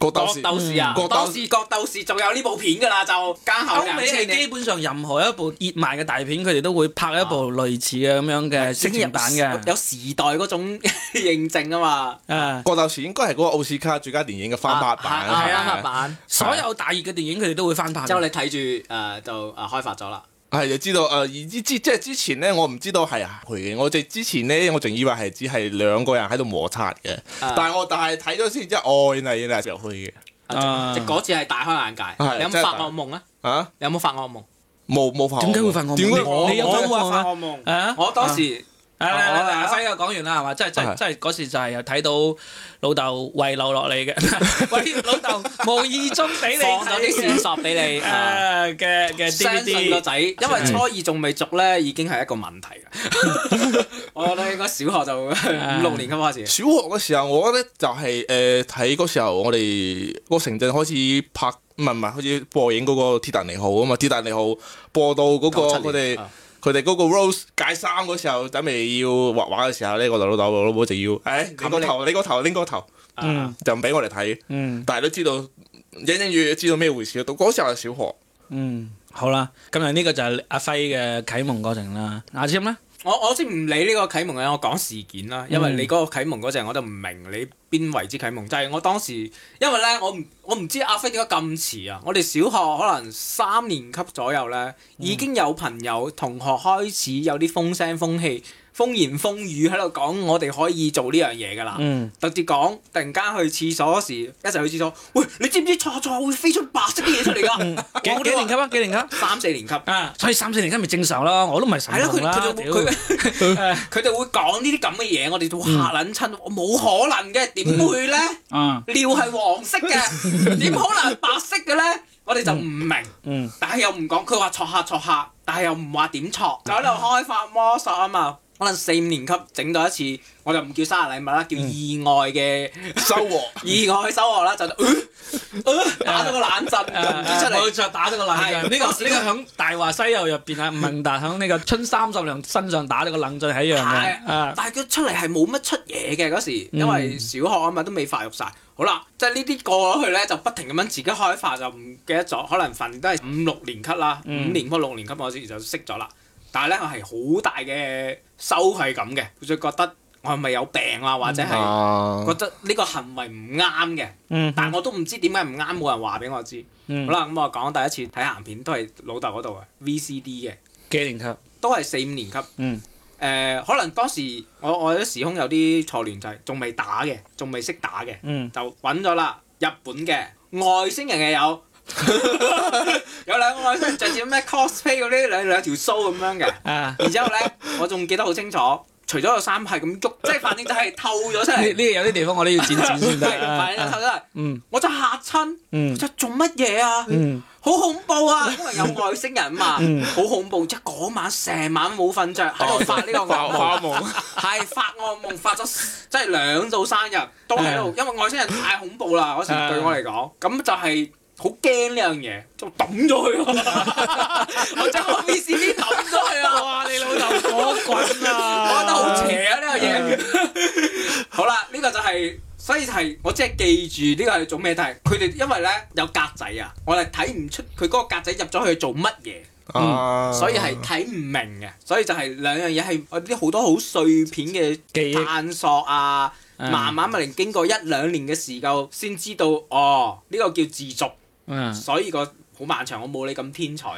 B: 角
C: 角
B: 鬥士嗯
C: 鬥士啊，
B: 角鬥
C: 當時角鬥士仲有呢部片㗎啦，就加後
A: 歐
C: 兩
A: 美係
C: 千
A: 基
C: 年。
A: 本上任何一部熱賣嘅大片，佢哋都會拍一部類似嘅咁樣嘅色情版嘅。
C: 有時代嗰種 認證啊嘛，
A: 啊，
B: 角鬥士應該係嗰個奧斯卡最佳電影嘅翻拍版，
C: 啊係啊
B: 係
C: 翻拍版，
A: 所有大熱嘅電影佢哋都會翻拍嘅。
C: 之後你睇住誒就啊開發咗啦，
B: 係就知道誒，而之之即係之前咧，我唔知道係佢嘅，我哋之前咧，我仲以為係只係兩個人喺度摩擦嘅，
C: 啊
B: 但係我但係睇咗先，即係哦，原來原來係入去嘅
C: 啊即即嗰次係大開眼界。
B: 係
C: 你有冇
B: 真係
C: 發
B: 大
C: 惡夢啊？
B: 啊，
C: 你有冇發惡夢？
B: 冇冇發
A: 點解會發惡夢
B: 點解
A: 你有發惡
B: 我
A: 夢啊
C: 發惡夢
A: 啊
C: 我當時
A: 啊
C: 我
A: 嗱
C: 我
A: 嗱，輝又講完啦，係嘛？即係即係
B: 係
A: 即係嗰時就係又睇到老豆遺留落嚟嘅， 喂老豆無意中俾你
C: 放咗啲線
A: 睇
C: 索俾你。啊
A: 誒嘅嘅
C: 相信個
A: DVD，
C: 仔，因為初二仲未讀咧，已經係一個問題啦。 我覺得應該小學就五六年 級開始。
B: 小學嘅時候，我覺得就係誒睇嗰時候，我哋個城鎮開始拍，唔係唔係開始播映嗰個《鐵達尼號》啊嘛，《鐵達尼號》播到嗰、
C: 九七
B: 個佢
C: 年
B: 哋
C: 啊。
B: 佢哋嗰個 Rose 解衫嗰時候，準備要畫畫嘅時候咧，我老豆老母就要，誒、你個頭，你個頭，拎個頭，
C: 啊
A: 嗯
B: 就唔俾我哋睇。
A: 嗯
B: 但係都知道隱隱約約知道咩回事。到嗰時候係小學，
A: 嗯，好啦，咁啊呢個就係阿輝嘅啟蒙過程啦。阿簽咧，
C: 我我先唔理呢個啟蒙嘅，啊我講事件啦，因為
A: 嗯
C: 你嗰個啟蒙嗰陣，我就唔明你邊為之啟蒙，就係、我當時，因為咧，我唔我唔知阿輝點解咁遲啊！我哋小學可能三年級左右咧，
A: 嗯
C: 已經有朋友同學開始有啲風聲風氣、風言風語喺度講我哋可以做呢樣嘢㗎啦。
A: 嗯，
C: 特別講，突然間去廁所嗰時，一齊去廁所，喂，你知唔知錯錯會飛出白色嘅嘢出嚟㗎？
A: 幾
C: 我
A: 幾
C: 哋話
A: 年級啊？幾年級？
C: 三四年級。
A: 啊，所以三四年級咪正常咯，我都唔係神
C: 係咯，
A: 童
C: 佢
A: 啦，嗯
C: 佢就
A: 屌
C: 佢誒佢哋會講呢啲咁嘅嘢，我哋就會嚇撚親，我冇可能嘅，點會咧？
A: 啊，
C: 尿係黃色嘅，點可能係白色嘅咧？我哋就唔明，
A: 嗯
C: 但係又唔講，佢話戳下戳下，但係又唔話點戳，就喺度開發摸索啊嘛。可能四五年級整咗一次，我就唔叫生日禮物啦，叫意外嘅
B: 收穫
C: 意外收穫啦，就呃呃打咗個冷震，
A: 啊
C: 就唔知出
A: 冇
C: 嚟。
A: 錯，打咗個冷
C: 係
A: 震。呢個
C: 當時
A: 呢個響《大話西遊》入邊啊，吳孟達響呢個春三十娘身上打咗個冷震係一樣嘅。
C: 係
A: 啊，
C: 但係佢出嚟係冇乜出嘢嘅嗰
A: 嗯
C: 時，因為小學啊嘛都未發育晒。好啦，即係呢啲過咗去咧，就不停咁樣自己開發，就唔記得咗。可能份都係五六年級啦，
A: 嗯
C: 五年級六年級我時就識咗啦。但係咧，我係好大嘅羞愧感嘅，佢就覺得我係咪有病啊，或者係
B: 啊
C: 覺得呢個行為唔啱嘅。
A: 嗯
C: 但係我都唔知點解唔啱，冇人話俾我知。
A: 嗯
C: 好，啦，咁我講第一次睇鹹片都係老豆嗰度啊嘅 VCD 嘅，
A: 幾年級？
C: 都係四五年級。
A: 嗯
C: 誒、呃可能當時我我啲時空有啲錯亂，就係仲未打嘅，仲未識打嘅，
A: 嗯
C: 就揾咗啦。日本嘅外星人嘅有， 有兩個外星人著住咩 cosplay 嗰啲兩兩條須咁樣嘅。
A: 啊，
C: 然之後咧，我仲記得好清楚，除咗個衫係咁喐，即係反正就係透咗出
A: 呢呢
C: 嚟。
A: 個有啲地方我都要剪剪先得。
C: 係反正就
A: 啊
C: 透咗出嚟，
A: 嗯
C: 我就嚇親，
A: 嗯
C: 就做乜嘢啊？
A: 嗯
C: 好恐怖啊！因為有外星人嘛
A: 嗯，
C: 好恐怖！即係嗰晚成晚冇瞓着，喺度發呢個噩
B: 發發夢，
C: 夢。係發惡夢，發咗 即係兩到三日都喺度，因為外星人太恐怖啦嗰
A: 啊
C: 時對我嚟講，咁就係好驚呢樣嘢，就抌咗佢 咯，我將個 VCD 抌咗佢啊！
A: 哇！你老豆火滾
C: 我
A: 啊！
C: 覺得好邪啊呢樣嘢。好啦，呢個就係。所以就係我只係記住呢個係做咩，但係佢哋因為咧有格仔啊，我哋睇唔出佢嗰個格仔入咗去做乜嘢。
B: 啊
C: 所以係睇唔明嘅，所以就係兩樣嘢係我啲好多好碎片
A: 記
C: 嘅
A: 憶
C: 探索啊，
A: 嗯
C: 慢慢咪嚟經過一兩年嘅時間先知道，哦，呢、個叫自續，
A: 嗯，
C: 所以個好漫長，我冇你咁天才。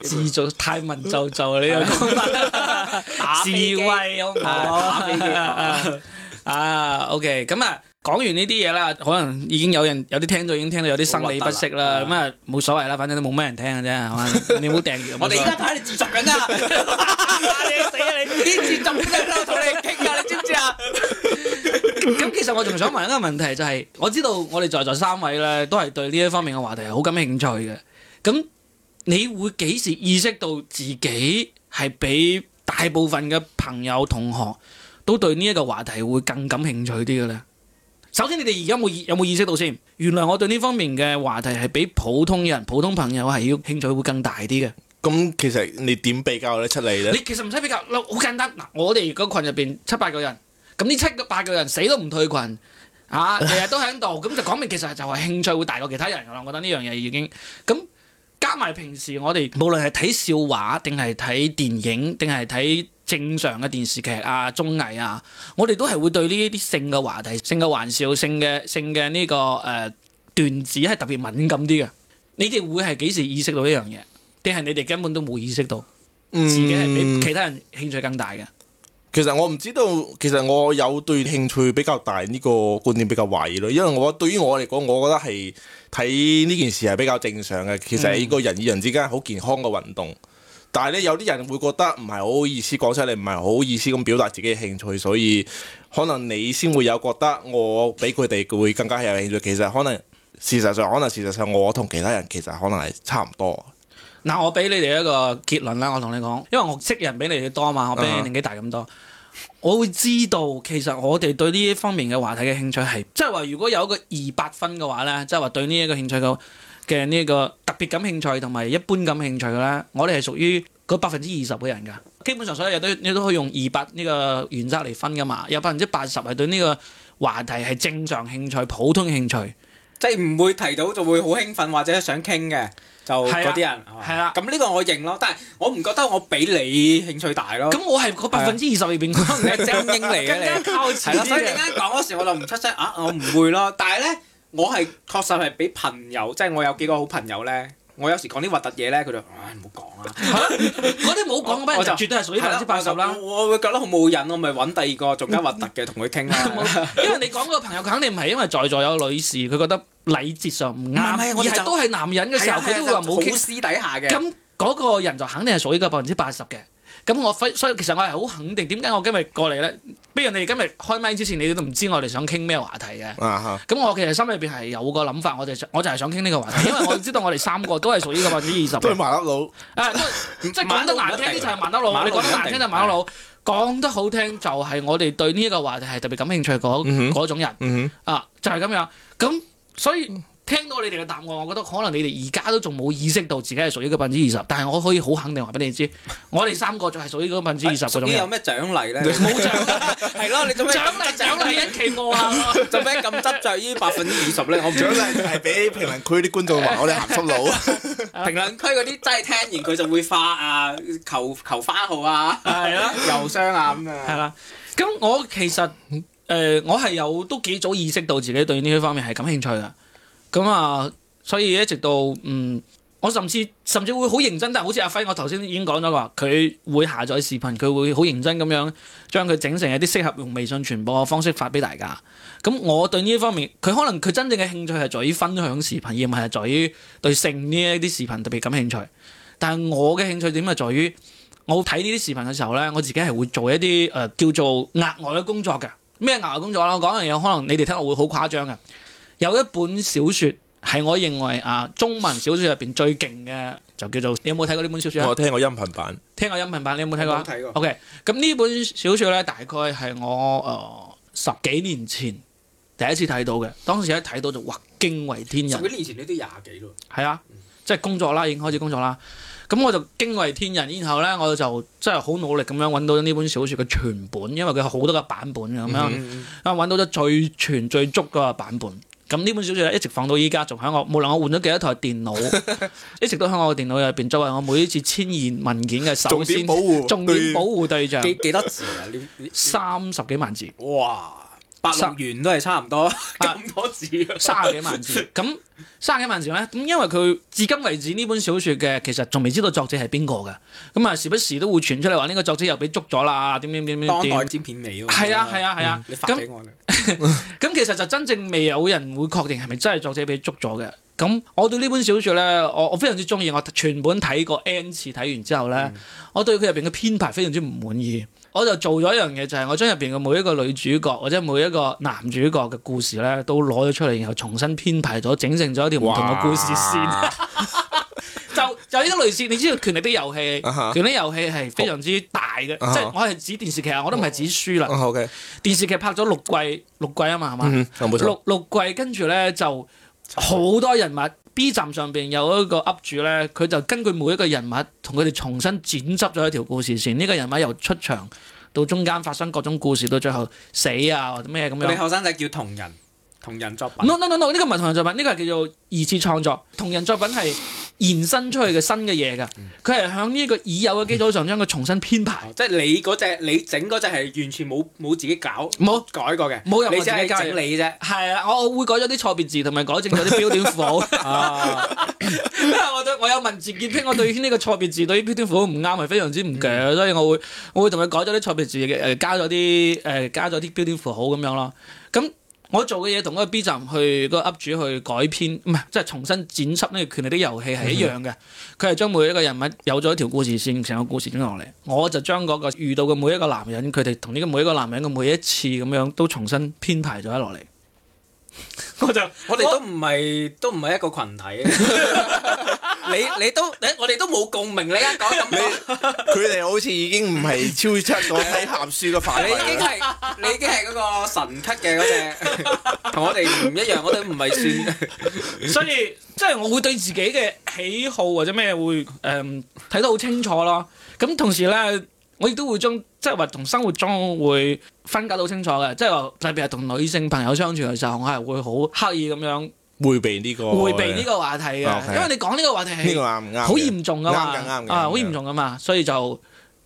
A: 自作太文就就呢個講法，
C: 打
A: 智
C: 飛機
A: 慧好唔
C: 打飛機
A: 好？啊，OK，咁啊。講完呢啲嘢啦，可能已經有人有啲聽咗，已經聽到有啲生理不適啦。咁
C: 好核突
A: 啊，冇所謂啦，反正都冇咩人聽嘅啫，係嘛？你唔好訂閱。
C: 我哋而家睇你自作緊啊！你死啊你！啲自作緊啦，同你傾㗎，你知唔知啊？
A: 咁其實我仲想問一個問題，就係、我知道我哋在座三位咧，都係對呢一方面嘅話題係好感興趣嘅。咁你會幾時意識到自己係比大部分嘅朋友同學都對呢一個話題會更感興趣啲嘅咧？首先，你哋而家有冇意有冇意識到先？原來我對呢方面嘅話題係比普通人、普通朋友係要興趣會更大啲嘅。
B: 咁其實你點比較咧出嚟咧？
A: 你其實唔使比較，嗱好簡單。嗱，我哋個群入邊七八個人，咁呢七個八個人死都唔退群， 啊，日日都喺度，咁就講明其實就係興趣會大過其他人噶啦。我覺得呢樣嘢已經咁加埋平時我哋無論係睇笑話定係睇電影定係睇正常嘅電視劇啊、綜藝啊，我哋都係會對呢啲性嘅話題、性嘅玩笑、性嘅性嘅呢、個誒、呃段子係特別敏感啲嘅。你哋會係幾時意識到呢樣嘢？定係你哋根本都冇意識到？自己係比
B: 嗯
A: 其他人興趣更大嘅。
B: 其實我唔知道，其實我有對興趣比較大呢個觀點比較懷疑咯，因為我對於我嚟講，我覺得係睇呢件事係比較正常嘅，其實係一個人與人之間好健康嘅運動。但係咧，有啲人會覺得唔係好意思講出嚟，唔係好意思咁表達自己嘅興趣，所以可能你先會有覺得我比佢哋會更加有興趣。其實可能事實上，可能事實上我同其他人其實可能係差唔多。
A: 嗱，我俾你哋一個結論啦，我同你講，因為我識人比你哋多嘛，我比
B: 啊
A: 你
B: 哈
A: 年紀大咁多，我會知道其實我哋對呢一方面嘅話題嘅興趣係，即係話如果有一個二百分嘅話咧，即係話對呢一個興趣嘅嘅呢個特別感興趣同埋一般感興趣嘅咧，我哋係屬於嗰百分之二十嘅人㗎。基本上所有嘢都你都可以用二百呢個原則嚟分㗎嘛，有百分之八十係對呢個話題係正常興趣、普通興趣。
C: 即係唔會提到就會好興奮或者想傾嘅，就
A: 係啊
C: 嗰啲人嘛
A: 係啊
C: 咁呢個我認咯，但係我唔覺得我比你興趣大咯。
B: 哦
A: 咁我
B: 啊
A: 係嗰百分之二十入邊
C: 你係精英嚟嘅你
A: 更。加靠前
C: 係啦，
A: 啲
C: 所以陣
A: 嘅。
C: 間講嗰時我就唔出聲啊，我唔會咯。但係咧，我係確實係俾朋友，即係我有幾個好朋友咧，我有時講啲核突嘢咧，佢就唉唔好講啦。
A: 嗰啲冇講嗰班人就絕對係屬於百分之八十
C: 係
A: 啦
C: 我。就我會覺得好冇癮，我咪揾第二個仲加核突嘅同佢傾啦。
A: 因為你講嗰個朋友，佢肯定唔係因為在座有女士，佢覺得禮節上唔啱，
C: 唔係唔係我
A: 而
C: 哋就啊
A: 係都係男人嘅時候，佢都會話冇
C: 好
A: 傾。
C: 私底下嘅。
A: 咁嗰個人就肯定係屬於個百分之八十嘅。咁我非所以其實我係好肯定，點解我今日過嚟咧？不如你哋今日開麥之前，你哋都唔知我哋想傾咩話題嘅。
B: 啊哈！
A: 咁我其實心裏邊係有個諗法，我就想我就係想傾呢個話題，因為我知道我哋三個都係屬於個百分之二十。
B: 都係麻甩佬，
A: 啊，都即係講得難聽啲就係萬德
C: 馬
A: 佬，
C: 騮
A: 你講得難聽就係萬德佬，講得好聽就係我哋對呢一個話題係特別感興趣嗰
B: 嗯哼
A: 嗰種人
B: 嗯
A: 啊，就係咁樣。咁所以聽到你哋嘅答案，我覺得可能你哋而家都仲冇意識到自己係屬於嗰百分之二十，但係我可以好肯定話俾你知，我哋三個仲係屬於嗰百分之二十嗰種
C: 呢有
A: 人。
C: 咩獎勵咧？
A: 冇獎
C: 係咯，你做咩
A: 獎勵獎勵一期我啊！
C: 做咩咁執着於百分之二十咧？我唔
B: 獎勵就係俾評論區啲觀眾話我哋鹹濕佬。
C: 評論區嗰啲真係聽完佢就會發啊，求求番號啊，
A: 係啦，
C: 郵箱啊咁
A: 係
C: 啊。
A: 啦。咁我其實誒、呃我係有都幾早意識到自己對呢一方面係感興趣嘅。咁啊，所以一直到嗯，我甚至甚至會好認真，但係好似阿輝，我頭先已經講咗話，佢會下載視頻，佢會好認真咁樣將佢整成一啲適合用微信傳播嘅方式發俾大家。咁我對呢一方面，佢可能佢真正嘅興趣係在於分享視頻，而唔係在於對性呢一啲視頻特別感興趣。但係我嘅興趣點係在於，我睇呢啲視頻嘅時候咧，我自己係會做一啲誒、呃叫做額外嘅工作嘅。咩額外工作啦？我啊講樣嘢，可能你哋聽落會好誇張嘅。有一本小説係我認為啊中文小説入邊最勁嘅，就叫做你有冇睇過呢本小説啊？
B: 我聽過音頻版，
A: 聽過音頻版，你有冇睇過
C: 我冇
A: 啊？
C: 睇過
A: OK，咁呢本小説咧，大概係我誒、呃十幾年前第一次睇到嘅，當時一睇到就哇驚為天人
C: 十。幾年前呢都廿幾咯，
A: 係啊，即係工作啦，已經開始工作啦。咁我就驚為天人，然後咧我就真係好努力咁樣揾到呢本小説嘅全本，因為佢有好多個版本嘅咁
B: 嗯
A: 樣，啊揾到咗最全最足嘅版本。咁呢本小説咧一直放到依家，仲喺我，無論我換咗幾多台電腦， 一直都喺我嘅電腦入邊作為我每一次遷移文件嘅首
B: 重
A: 先
B: 點保護，
A: 重點保護對象，
C: 幾幾多字啊？呢呢
A: 三十幾萬字。啊
C: 哇！八六元都係差唔多咁多字。啊
A: 三十幾萬 字，咁三十幾萬字咧，咁因為佢至今為止呢本小説嘅其實仲未知道作者係邊個嘅，咁啊時不時都會傳出嚟話呢個作者又俾捉咗啦，點點點點
C: 當
A: 點
C: 代剪片尾喎。
A: 係啊係啊係啊
C: 你發
A: 咁
C: 俾我啦。
A: 咁其實就真正未有人會確定係咪真係作者俾捉咗嘅。咁我對呢本小説咧，我我非常之中意，我全本睇過 N 次，睇完之後咧，我對佢入邊嘅編排非常之唔滿意。我就做咗一樣嘢，就係、我將入邊嘅每一個女主角或者每一個男主角嘅故事咧，都攞咗出嚟，然後重新編排咗，整成咗一條唔同嘅故事 線。 就就呢種類似，你知道《權力的遊戲》
B: 啊哈
A: 權力遊戲》係非常之大嘅，
B: 啊哈
A: 即係我係指電視劇啊，我都唔係指書啦。
B: o k
A: 電視劇拍咗六季，六季啊嘛，係嘛？
B: 嗯，有冇錯？
A: 六六季，跟住咧就好多人物。B 站上邊有一個 up 主咧，佢就根據每一個人物同佢哋重新剪輯咗一條故事線。呢、個人物由出場到中間發生各種故事，到最後死啊或者咩咁
C: 我哋
A: 樣。
C: 後生仔叫同人，同人作品。
A: No no no no，呢個唔係同人作品，呢個係叫做二次創作。同人作品係延伸出去嘅新嘅嘢㗎，佢係響呢個已有嘅基礎上將佢重新編排。
C: 哦即係你嗰隻，你整嗰隻係完全冇冇自己搞，
B: 嗯
A: 冇
C: 改過嘅，
A: 冇任何
C: 你只係
A: 自己加入
C: 整理啫。
A: 係啊，我我會改咗啲錯別字，同埋改正咗啲標點符號。
C: 啊，
A: 因為我對我有文字潔癖，我對呢個錯別字對於標點符號唔啱係非常之唔嘅，所以我會我會同佢改咗啲錯別字嘅，誒加咗啲誒加咗啲標點符號咁樣咯。咁我做嘅嘢同嗰個 B 站去嗰個 up 主去改編，唔係即係重新剪輯呢個權力的遊戲係一樣嘅。佢係將每一個人物有咗一條故事線，成個故事整落嚟。我就將嗰個遇到嘅每一個男人，佢哋同呢個每一個男人嘅每一次咁樣都重新編排咗落嚟。我就
C: 我哋都唔係都唔係一個群 體。你你都你我哋都冇共鳴，你啱講咁多。
B: 佢哋好似已經唔係超出我睇鹹書嘅範
C: 你已 經
B: 圍啦。
C: 係你已經係嗰個神級嘅嗰 只，同我哋唔一樣，我哋唔係
A: 所
C: 算，
A: 以即係我會對自己嘅喜好或者咩會誒睇、得好清楚咯。咁同時咧，我亦都會將即係話同生活中會分隔到清楚嘅，即係話特別係同女性朋友相處嘅時候，我係會好刻意咁樣
B: 迴避呢個，
A: 迴避呢個話題嘅，
B: 哦 OK
A: 因為你講呢個話題
B: 呢個
A: 係
B: 啱唔啱嘅？
A: 好嚴重噶嘛，
B: 啱嘅啱嘅
A: 啊好嚴重噶嘛，所以就。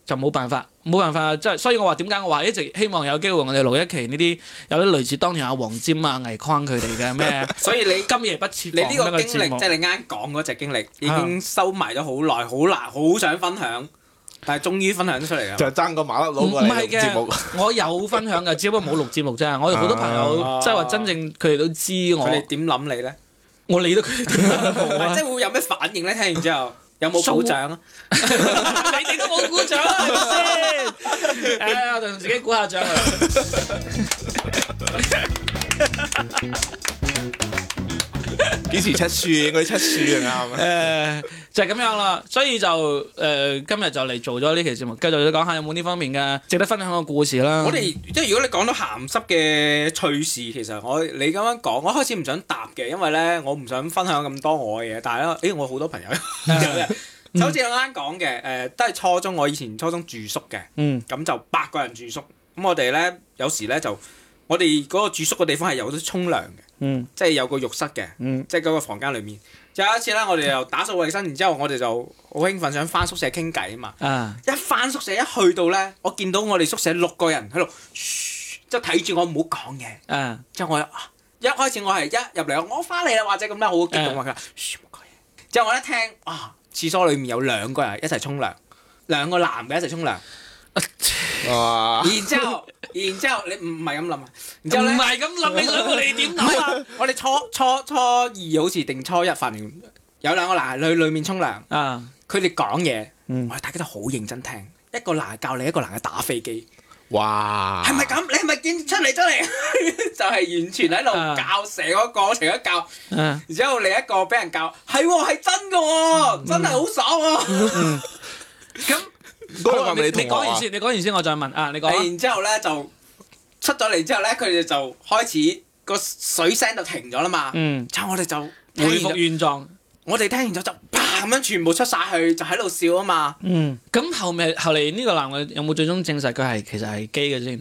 A: 就冇辦法，冇辦法，即係所以我話點解我話一直希望有機會我哋錄一期呢啲有啲類似當年阿黃霑啊、倪匡佢哋嘅 咩
C: 所以你
A: 今夜不設
C: 你
A: 防
C: 呢
A: 咁樣
C: 個
A: 嘅
C: 經
A: 節目
C: 歷，即係你啱講嗰只經歷，已經收埋咗好耐，好難，好想分享，但係終於分享出嚟啦。啊
B: 就爭個馬粒佬
A: 唔
B: 過
A: 唔
B: 嚟
A: 係
B: 錄節目。
A: 嘅，我有分享嘅，只不過冇錄節目啫。我有好多朋友
C: 啊
A: 即係話真正佢哋都知
C: 佢哋
A: 我，
C: 點諗你咧？
A: 我理得佢哋點樣
C: 唔
A: 冇啊
C: 係即係會有咩反應咧？聽完之後有冇鼓掌啊？
A: 你哋都冇鼓掌啊係咪先？誒，我同自己鼓下掌啊。
B: 幾時出書？應該出書啊 啱啊。
A: 誒就係咁樣啦，所以就誒、今日就嚟做咗呢期節目，繼續講下有冇呢方面嘅值得分享嘅故事啦。
C: 我哋即係如果你講到鹹濕嘅趣事，其實我你咁樣講，我開始唔想答嘅，因為咧我唔想分享咁多我嘅嘢。但係咧，誒我好多朋友有嘅，就好似我啱講嘅，誒、都係初中，我以前初中住宿嘅，
A: 嗯
C: 咁就八個人住宿。咁我哋咧有時咧就我哋嗰個住宿嘅地方係有得沖涼嘅，
A: 嗯
C: 即係有個浴室嘅，
A: 嗯
C: 即係嗰個房間裏面。有一次咧，我哋又打掃衞生，然之後我哋就好興奮，想翻宿舍傾偈啊嘛。
A: 啊
C: 一翻宿舍一去到咧，我見到我哋宿舍六個人喺度，噓即係睇住我唔好講嘢。
A: 啊
C: 之後我啊一開始我係一入嚟，我翻嚟啦，或者咁啦，好激動啊！佢話噓唔好講嘢。之後我一聽啊，廁所裏面有兩個人一齊沖涼，兩個男嘅一齊沖涼。
A: 啊
B: 哇！
C: 然 之後，然之後你唔唔係咁諗啊？然之後
A: 唔
C: 咧，
A: 係咁諗，你想我哋點諗啊？
C: 我哋初初初二好似定初一發現有兩個男喺裏裏面沖涼，
A: 啊
C: 佢哋講嘢，
A: 嗯
C: 我哋大家都好認真聽。一個男教你，一個男嘅打飛機。
B: 哇！
A: 啊
C: 係咪咁？你係咪見出嚟出嚟？ 就係完全喺
A: 啊
C: 度教成個過程一教，
A: 啊！
C: 然之後另一個俾人教，係喎係真噶喎，真係好爽喎。
A: 嗯 咁
B: 嗰個係咪
A: 嗯
B: 你
A: 你
B: 同
A: 講
B: 學
A: 完
B: 啊？
A: 先，你講完先，我再問啊。你講啊。
C: 然之後咧就出咗嚟之後咧，佢哋就開始個水聲就停咗啦嘛。
A: 嗯，
C: 之後我哋就聽
A: 回
C: 完
A: 復
C: 咗，
A: 原狀。
C: 我哋聽完咗就啪咁樣全部出晒去，就喺度笑啊嘛。
A: 嗯，咁後面後嚟呢個男嘅有冇最終證實佢係其實係基嘅先？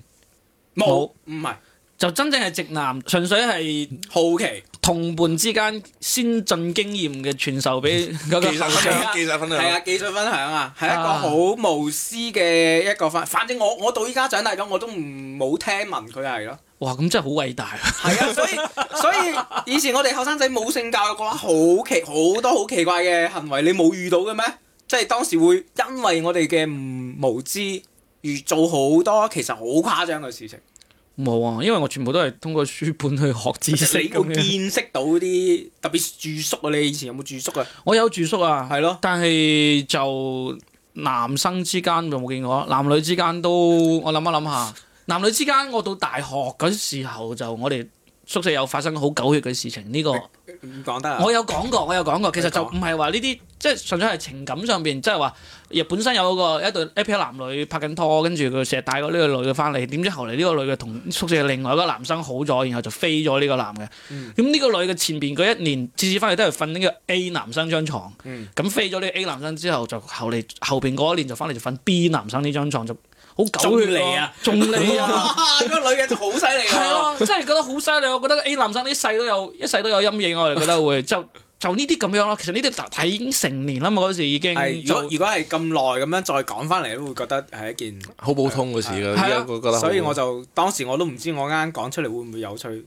C: 冇
A: 冇
C: 唔係
A: 就真正係直男，純粹係
C: 好奇，
A: 同伴之間先進經驗嘅傳授俾嗰個
B: 技術
A: 後
B: 分
A: 生
B: 享，技術分享，
C: 係啊，技術分享啊，係一個
A: 啊
C: 好無私嘅一個分。反正我我到依家長大咗，我都唔冇聽聞佢係咯。
A: 哇！咁真係好偉大啊！
C: 係啊，所以所以以前我哋後生仔冇性教育嘅話，好奇好多好奇怪嘅行為，你冇遇到嘅咩？即係當時會因為我哋嘅唔無知而做好多其實好誇張嘅事情。
A: 冇啊，因為我全部都係通過書本去學知識
C: 你
A: 咁
C: 會
A: 樣。
C: 見識到啲特別住宿啊！你以前有冇住宿啊？
A: 我有住宿啊，
C: 係咯
A: 但係就男生之間就冇見過，男女之間都我諗一諗下，男女之間我到大學嗰時候就我哋宿舍有發生好狗血嘅事情，呢、個
C: 唔講得啊！
A: 我有講過，我有講過，其實就
C: 你講
A: 唔係話呢啲，即係純粹係情感上邊，即係話日本身有個一對一 pair 男女拍緊拖，跟住佢成日帶個呢個女嘅翻嚟，點知後嚟呢個女嘅同宿舍另外一個男生好咗，然後就飛咗呢個男嘅。咁呢、
C: 嗯
A: 個女嘅前邊嗰一年次次翻嚟都係瞓呢個 A 男生張床，咁、
C: 嗯
A: 飛咗呢個 A 男生之後，就後嚟後邊嗰一年就翻嚟就瞓 B 男生呢張床，就好狗血
C: 中你啊，
A: 中你啊！
C: 哇！嗰個女嘅好犀利
A: 係
C: 啊！
A: 啊，真係覺得好犀利。我覺得 A 男生呢世都有一世都有陰影，我哋覺得會就就呢啲咁樣咯。其實呢啲集體已經成年啦嘛，嗰時已經
C: 係，如
A: 就
C: 果如果係咁耐咁樣再講翻嚟，都會覺得係一件，
B: 好普通嘅事㗎，依
A: 係啊
B: 家我覺得。
C: 所以我就當時我都唔知我啱啱講出嚟會唔會有趣，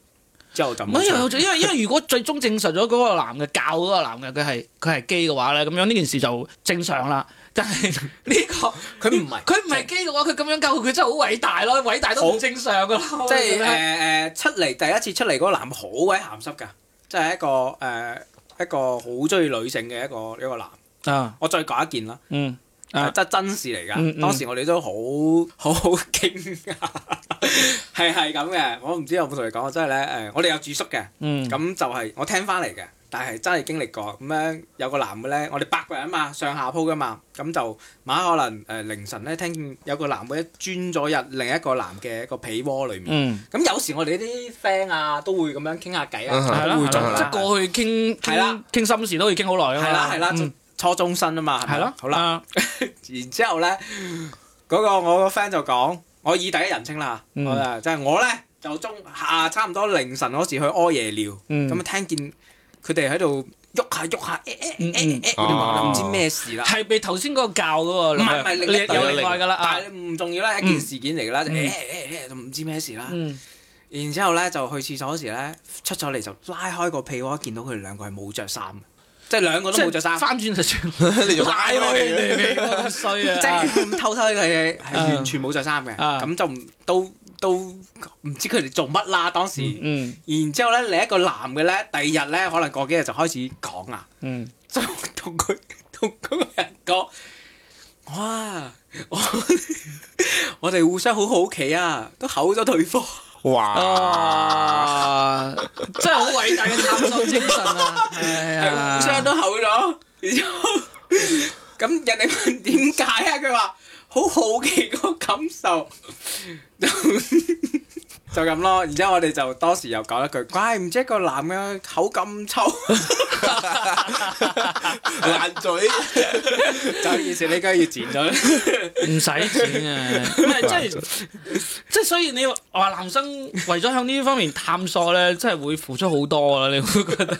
C: 之後就
A: 唔
C: 冇
A: 係因為
C: 趣
A: 有因為因為如果最終證實咗嗰個男嘅教嗰個男嘅佢係佢係基嘅話咧，咁樣呢件事就正常啦。但 係呢個
C: 佢唔係，
A: 佢唔係基嘅話，佢咁樣教佢真係好偉大咯，偉大都唔正常噶啦。
C: 即係誒誒出嚟第一次出嚟嗰個男好鬼鹹濕㗎，即係一個誒、一個好中意女性嘅一個一個男。
A: 啊
C: 我再講一件啦，
A: 嗯啊
C: 誒真真事嚟㗎。
A: 嗯嗯
C: 當時我哋都好 好好驚訝，係係咁嘅。我唔知有冇同你講，即係咧誒，我哋有住宿嘅。
A: 嗯
C: 咁就係我聽翻嚟嘅，但係真係經歷過咁樣有個男嘅咧，我哋八個人嘛，上下鋪噶嘛，咁就晚黑可能誒、呃凌晨咧聽見有個男嘅鑽咗入另一個男嘅個被窩裏面。
A: 嗯
C: 咁、有時我哋啲 friend 啊都會咁樣傾下偈
B: 嗯
A: 係
C: 啊，
A: 啦，
C: 都會
A: 係
C: 做
A: 啦即係。
C: 啦
A: 過去傾
C: 係啦
A: 傾傾心事都已經好耐
C: 係
A: 㗎
C: 啦
A: 啦。
C: 係啦，
A: 嗯
C: 初中生啊嘛，係咪
A: 係咯，
C: 好啦，
A: 啊，
C: 然之後咧，嗰、個我個 friend 就講，我以第一人稱啦，
A: 嗯
C: 我啊即係我咧就中下差唔多凌晨嗰時去屙夜尿。
A: 嗯
C: 咁啊聽見佢哋喺度喐下喐下，誒誒誒誒誒，
B: 嗯
C: 我哋唔知咩事啦。
A: 係被頭先嗰個教嗰個，
C: 唔係唔係，另一
A: 有另外㗎啦，啊
C: 但係唔重要啦，一件事件嚟㗎啦，就誒誒誒，就唔知咩事啦。
A: 嗯
C: 然之後咧就去廁所嗰時咧，出咗嚟就拉開個被窩，見到佢哋兩個係冇着衫嘅，即係兩個都冇着衫，
A: 翻轉就上，
B: 你就拉
A: 拉
B: 開
A: 開
B: 佢
A: 你咁衰
C: 即
A: 啊！
C: 係偷偷佢係
A: 啊
C: 完全冇着衫嘅，
A: 啊
C: 咁就唔都都唔知佢哋做乜啦當時。
A: 嗯
C: 然之後咧，另一個男嘅咧，第二日咧，可能過幾日就開始講啊。
A: 嗯，
C: 就同佢同嗰個人講，哇！我 我哋互相好好奇啊，都口咗對方。
B: 哇！
A: 啊，真係好偉大嘅探索精神啊！係
C: 互相
A: 啊，
C: 都口咗，然之後咁人哋問點解啊？佢話好好奇個感受，就就咁咯。然之後我哋就當時又講一句，怪唔知一個男嘅口咁臭，
B: 爛嘴，
C: 就件事你梗係要剪咗。
A: 唔使錢啊，唔 係即係即係，所以你話男生為咗向呢方面探索咧，真係會付出好多啦，你會覺得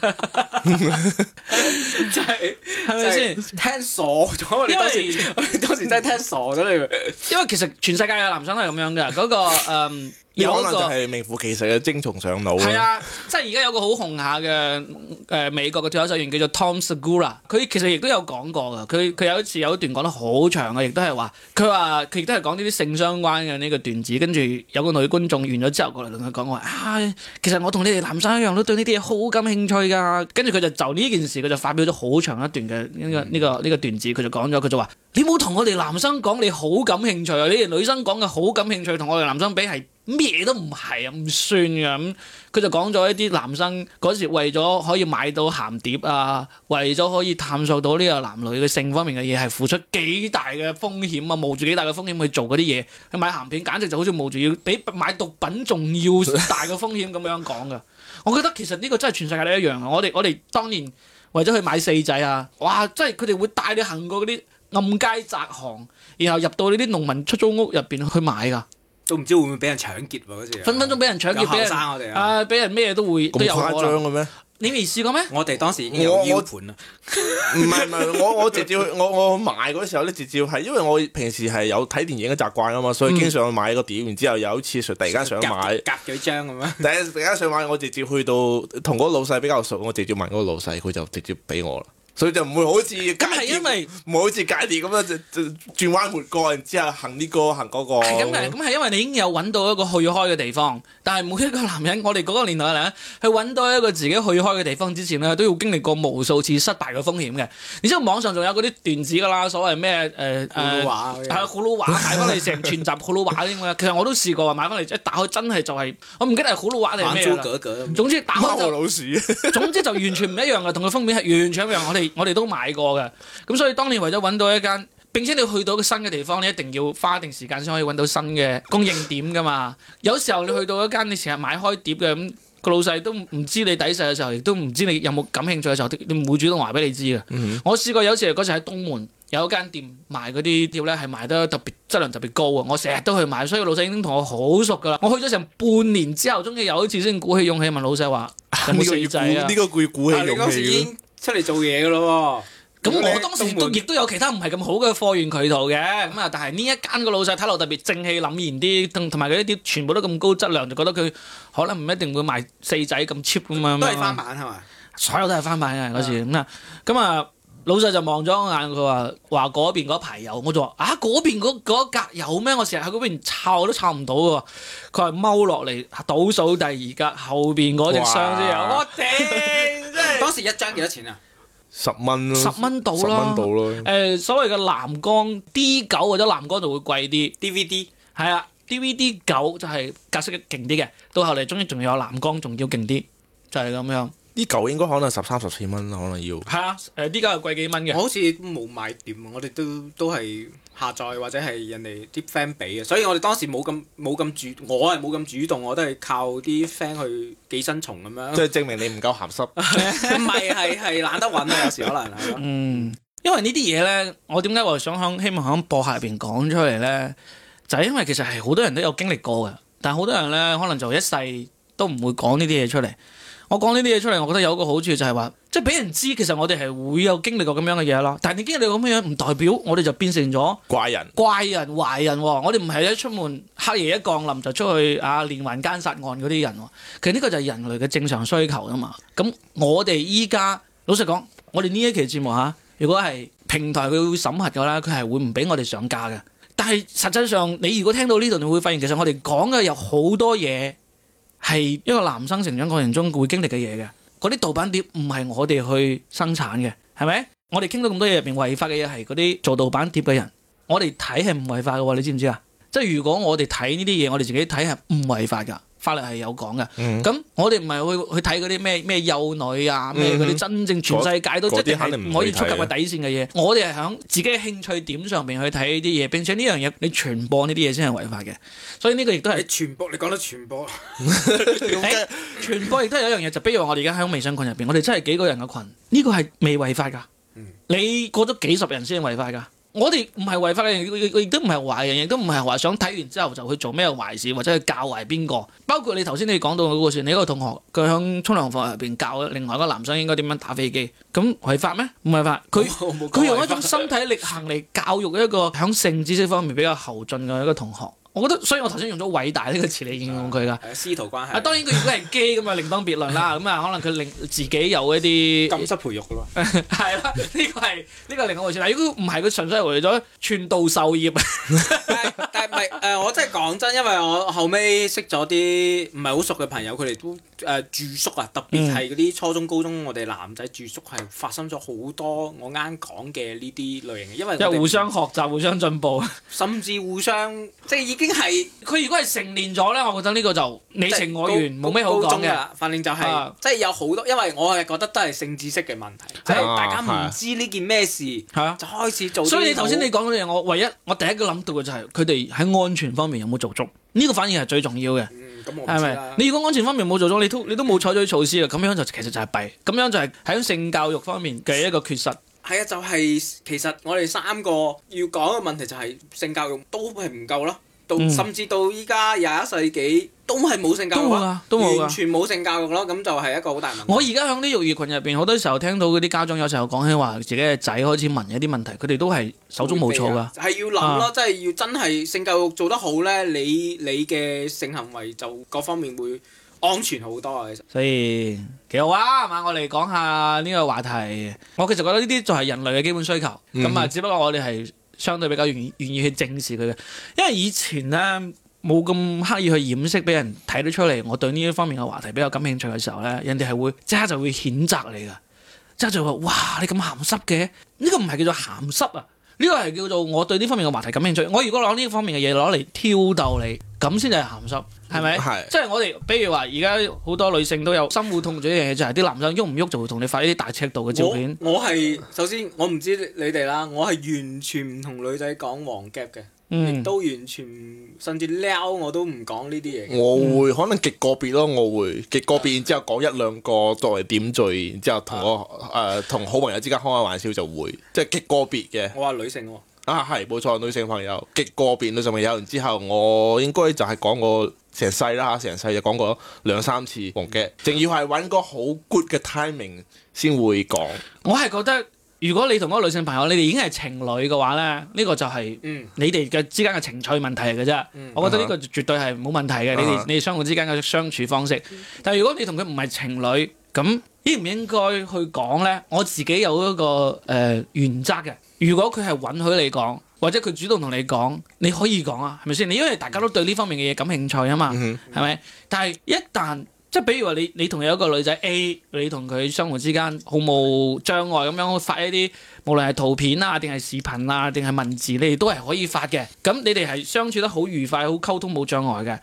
C: 真係
A: 係咪先？
C: 真係聽傻咗，我哋當時
A: 因為
C: 我哋當時真係聽傻咗你。
A: 因為其實全世界嘅男生都係咁樣嘅，嗰個誒
B: 你
A: 有
B: 可
A: 一
B: 能就
A: 個。
B: 係名副其實嘅精蟲上腦
A: 係。啊，即係而家有個好紅下嘅誒美國嘅脱口秀演員叫做 Tom Segura，佢其實亦都有講過㗎。佢佢有一次有一段講得好長嘅，亦都係話佢話佢亦都係講呢啲性相關嘅呢個段子，跟住有個女觀眾完咗之後過嚟同佢講話啊，其實我同你哋男生一樣都對呢啲嘢好感興趣㗎。跟住佢就就呢件事佢就發表咗好長一段嘅呢個呢個呢個段子，佢就講咗佢就話你冇同我哋男生講你好感興趣啊，你哋女生講嘅好感興趣同我哋男生比係咩都唔係啊，唔算㗎咁。佢就講咗一啲男生嗰時為咗可以買到鹹碟啊，為咗可以探索到呢個男女嘅性方面嘅嘢，係付出幾大嘅風險啊，冒住幾大嘅風險去做嗰啲嘢。去買鹹片，簡直就好似冒住要比買毒品仲要大嘅風險咁樣講㗎。我覺得其實呢個真係全世界都一樣啊！我哋我哋當年為咗去買四仔啊，哇！真係佢哋會帶你行過嗰啲暗街窄巷，然後入到呢啲農民出租屋入邊去買㗎，
C: 都唔知
A: à?
C: 會唔會俾人搶劫喎嗰時。
A: 分分鐘俾人搶劫，俾
C: 有後
A: 人
C: 生我哋啊！
A: 啊俾人咩都會都
B: 咁
A: 有可
B: 誇張
A: 能。
B: 嘅咩？
A: 你未試過咩？
C: 我哋當時已經有
B: 我
C: 腰
B: 我
C: 盤啦，
B: 唔係唔係，我我直接去我我買嗰時候咧，直接係因為我平時係有睇電影嘅習慣啊嘛，所以經常去買個碟，然之後有一次突然間想買
C: 夾，夾幾張咁樣。
B: 突然間想買，我直接去到同嗰個老細比較熟，我直接問嗰個老細，佢就直接俾我啦，所以就唔會好似咁
A: 咁係因為
B: 唔會好似解碟咁樣就就轉彎抹角，然之後行呢個行嗰個，
A: 係咁嘅，咁係因為你已經有揾到一個去開嘅地方，但係每一個男人，我哋嗰個年代嘅人咧，去揾到一個自己去開嘅地方之前咧，都要經歷過無數次失敗嘅風險嘅。然之後網上仲有嗰啲段子㗎啦，所謂咩誒
C: 葫蘆
A: 誒。
C: 話
A: 係啊，葫蘆畫買翻嚟成全集葫蘆畫添 嘅，其實我都試過啊，買翻嚟一打開真係就係，我唔記得係葫蘆畫定係
C: 玩
A: 咩
C: 珠
A: 啦。
C: 格格 咁。
A: 總之打開
B: 貓
A: 就
B: 老鼠，
A: 總之就完全唔一樣嘅，同佢封面係完全一樣。我哋我哋都買過嘅，咁所以當年為咗揾到一間，並且你去到一個新嘅地方，你一定要花一定時間先可以揾到新嘅供應點噶嘛。有時候你去到一間你成日買開碟嘅咁。個老細都唔知你底細嘅時候，亦都唔知你有冇感興趣嘅時候，你唔會主動話俾你知嘅。我試過有次嗰時喺東門有一間店賣嗰啲碟咧，係賣得特別質量特別高啊！我成日都去買，所以老細已經同我好熟噶啦。我去咗成半年之後，終於有一次先鼓起勇氣問老細話：有
B: 呢
A: 冇
B: 個
A: 四仔
B: 要
A: 啊
B: 鼓呢？個要鼓
C: 啊
B: 起
C: 你
B: 勇
C: 嗰時已
B: 氣嘅。
C: 經出嚟做嘢噶咯
A: 咁
C: 咁
A: 我
C: 你
A: 當時
C: 東
A: 都
C: 門
A: 亦都有其他唔係咁好嘅貨源渠道嘅，咁啊，但係呢一間個老細睇落特別正氣凜然啲，同同埋佢啲碟全部都咁高質量，就覺得佢可能唔一定會賣四仔咁 cheap 咁樣。啊
C: 喎，都係翻版係嘛？
A: 所有都係翻版嘅嗰時咁啊，咁啊老細就望咗我眼，佢話話嗰邊嗰排有，我就話啊嗰邊嗰嗰格有咩？我成日喺嗰邊抄都抄唔到嘅喎。佢話踎落嚟倒數第二格後邊嗰隻箱先有，
B: 哇
A: 我頂真係
C: 當時一張幾多錢啊？
B: 十蚊咯，
A: 十蚊到啦
B: 十蚊到咯。
A: 誒、呃所謂嘅藍光 D 九或者藍光就會貴啲，
C: DVD
A: 係啊 DVD 九就係格式勁啲嘅，到後嚟終於仲有藍光仲要勁啲，就係、咁樣。
B: 呢嚿應該可能十三十四蚊啦，可能要。
A: 係啊，誒 D 九係貴幾蚊嘅
C: 我。好似冇買碟喎，我哋都都係下載或者係人哋啲 friend 俾嘅，所以我哋當時冇咁冇咁主，我係冇咁主動，我都係靠啲 friend 去寄生蟲咁樣
B: 即。係證明你唔夠鹹濕。
A: 啊
C: 唔係係係懶得揾啊，有時可 能係咯。
A: 嗯，因為呢啲嘢咧，我點解話想響希望響播客入邊講出嚟咧，就係、因為其實係好多人都有經歷過嘅，但係好多人咧可能就一世都唔會講呢啲嘢出嚟。我講呢啲嘢出嚟，我覺得有一個好處就係話，即係俾人知其實我哋係會有經歷過咁樣嘅嘢咯。但係你經歷過咁樣，唔代表我哋就變成咗。
B: 怪人，
A: 怪人壞人喎、我哋唔係一出門黑夜一降臨就出去啊連環奸殺案嗰啲人喎、其實呢個就係人類嘅正常需求啊嘛。咁我哋依家老實講，我哋呢一期節目嚇、啊如果係平台佢會審核嘅啦，佢係會唔俾我哋上架嘅。但係實際上，你如果聽到呢度，你會發現其實我哋講嘅有好多嘢係一個男生成長過程中會經歷嘅嘢嘅。嗰啲盜版碟唔係我哋去生產嘅，係咪？我哋傾到咁多嘢入邊違法嘅嘢係嗰啲做盜版碟嘅人。我哋睇係唔違法嘅喎，你知唔知啊？即係如果我哋睇呢啲嘢，我哋自己睇係唔違法㗎，法律係有講嘅。
B: 嗯
A: 咁、我哋唔係去去睇嗰啲咩咩幼女啊，咩嗰
B: 嗯
A: 啲
B: 哼
A: 真正全世界都
B: 嗰
A: 一定
B: 嗰啲
A: 係
B: 肯定
A: 唔
B: 唔
A: 可
B: 可
A: 以
B: 以
A: 觸及
B: 睇
A: 嘅
B: 啊
A: 底線嘅嘢。我哋係響自己嘅興趣點上邊去睇呢啲嘢，並且呢樣嘢你傳播呢啲嘢先係違法嘅。所以呢個亦都
C: 你
A: 係
C: 傳播，你講到傳播，
A: 誒傳播，亦都係有一樣嘢，就比如話我哋而家喺微信群入邊，我哋真係幾個人嘅群，呢、個係未違法㗎。你過咗幾十人先係違法㗎。我哋唔係違法嘅人，亦亦亦都唔係壞人，亦都唔係話想睇完之後就去做咩壞事，或者去教壞邊個。包括你頭先你講到嗰個事，你嗰個同學佢響沖涼房入邊教另外一個男生應該點樣打飛機，咁違法咩？唔違法，佢
C: 我冇講
A: 佢用
C: 違
A: 一種
C: 法
A: 身體力行嚟教育一個響性知識方面比較後進嘅一個同學。我覺得，所以我頭先用咗偉大呢個詞嚟形容佢㗎。
C: 係師徒關係。
A: 啊，當然佢如果係基咁啊，另當別論 啦。咁啊，可能佢令自己有一啲
C: 禁室培育噶咯。
A: 係啦，呢個係呢個係另外一回事。但係如果唔係佢純粹係為咗傳道授業，
C: 但係但係唔係誒？我真係講真，因為我後尾識咗啲唔係好熟嘅朋友，佢哋都誒、呃住宿啊，特
A: 嗯
C: 別係嗰啲初中、高中，我哋男仔住宿係發生咗好多我啱講嘅呢啲類型嘅，因為
A: 即係
C: 我哋
A: 互相學習、互相進步。
C: 甚至互相即係已經係
A: 佢如果係成年咗咧，我覺得呢個就你
C: 即係
A: 情我
C: 高
A: 願，冇咩好
C: 高
A: 講
C: 中㗎
A: 嘅。
C: 啦。反正就係、
A: 啊
C: 即係有好多，因為我係覺得都係性知識嘅問題，即係
B: 啊
C: 大家唔
B: 係
C: 知呢件咩事，
A: 係啊，
C: 就開始做啲好。
A: 所以你頭先你講嗰樣，我唯一我第一個諗到嘅就係佢哋喺安全方面有冇做足，呢個反而係最重要嘅。
C: 嗯咁我唔
A: 係
C: 知
A: 咪
C: 啦？。
A: 你如果安全方面冇做到，你都你都冇採取措施啦，咁樣就其實就係弊，咁樣就係喺性教育方面嘅一個缺失。
C: 係啊，就係、其實我哋三個要講嘅問題就係性教育都係唔夠咯。到
A: 嗯
C: 甚至到依家廿一世紀都係冇性教育啊，
A: 都冇㗎都冇㗎
C: 完全冇性教育咯，咁就係一個好大問題。
A: 我而家喺啲育兒群入邊，好多時候聽到嗰啲家長有時候講起話自己嘅仔開始問一啲問題，佢哋都係手足無措㗎。，啊
C: 係要諗咯，即係要真係性教育做得好咧，你你嘅性行為就各方面會安全好多啊！其實
A: 所以幾好啊，係嘛？我哋講下呢個話題，我其實覺得呢啲就係人類嘅基本需求，咁啊、只不過我哋係相對比較願意願意去正視佢嘅，因為以前咧冇咁刻意去掩飾，俾人睇得出嚟，我對呢一方面嘅話題比較感興趣嘅時候咧，人哋係會即刻就會譴責你㗎，即刻就會話：哇，你咁鹹濕嘅，呢、個唔係叫做鹹濕啊！呢個係叫做我對呢方面嘅話題感興趣。我如果攞呢方面嘅嘢攞嚟挑逗你，咁先至係鹹濕，係
C: 嗯
A: 咪？
B: 係
A: 即係我哋，比如話而家好多女性都有深惡痛絕一樣嘢，就係啲男生喐唔喐就會同你發呢啲大尺度嘅照片。
C: 我我係首先我唔知你哋啦，我係完全唔同女仔講黃夾嘅，亦
A: 嗯，
C: 都完全唔甚至撩我都唔講呢啲嘢嘅。
A: 嗯
B: 我會可能極個別咯，我會極個別，然之後講一兩個作為點綴，然之後同我
A: 啊
B: 誒同好朋友之間開下玩笑就會，即係極個別嘅。
C: 我話女性喎，
B: 啊，係冇錯，女性朋友極個別女性朋友，然之後我應該就係講過成世啦嚇，成世就講過兩三次黃
A: 嗯
B: 嘅，仲要係揾個好 good 嘅 timing 先會講。
A: 我係覺得，如果你同嗰個女性朋友，你哋已經係情侶嘅話咧，呢、個就係
C: 嗯，
A: 你哋嘅之間嘅情趣問題嚟嘅啫。
C: 嗯
A: 我覺得呢個絕對係冇問題嘅，你
B: 啊
A: 哋你哋相互之間嘅相處方式。但係如果你同佢唔係情侶，咁應唔應該去講呢？我自己有一個誒、呃原則嘅，如果佢係允許你講，或者佢主動同你講，你可以講啊，係咪先？你因為大家都對呢方面嘅嘢感興趣啊嘛，
B: 嗯
A: 係咪？但係一旦即係比如話你你同有一個女仔 A，你同佢相互之間毫無障礙咁樣發一啲無論係圖片啊，定係視頻啊，定係文字，你哋都係可以發嘅。咁你哋係相處得好愉快，好溝通冇障礙嘅。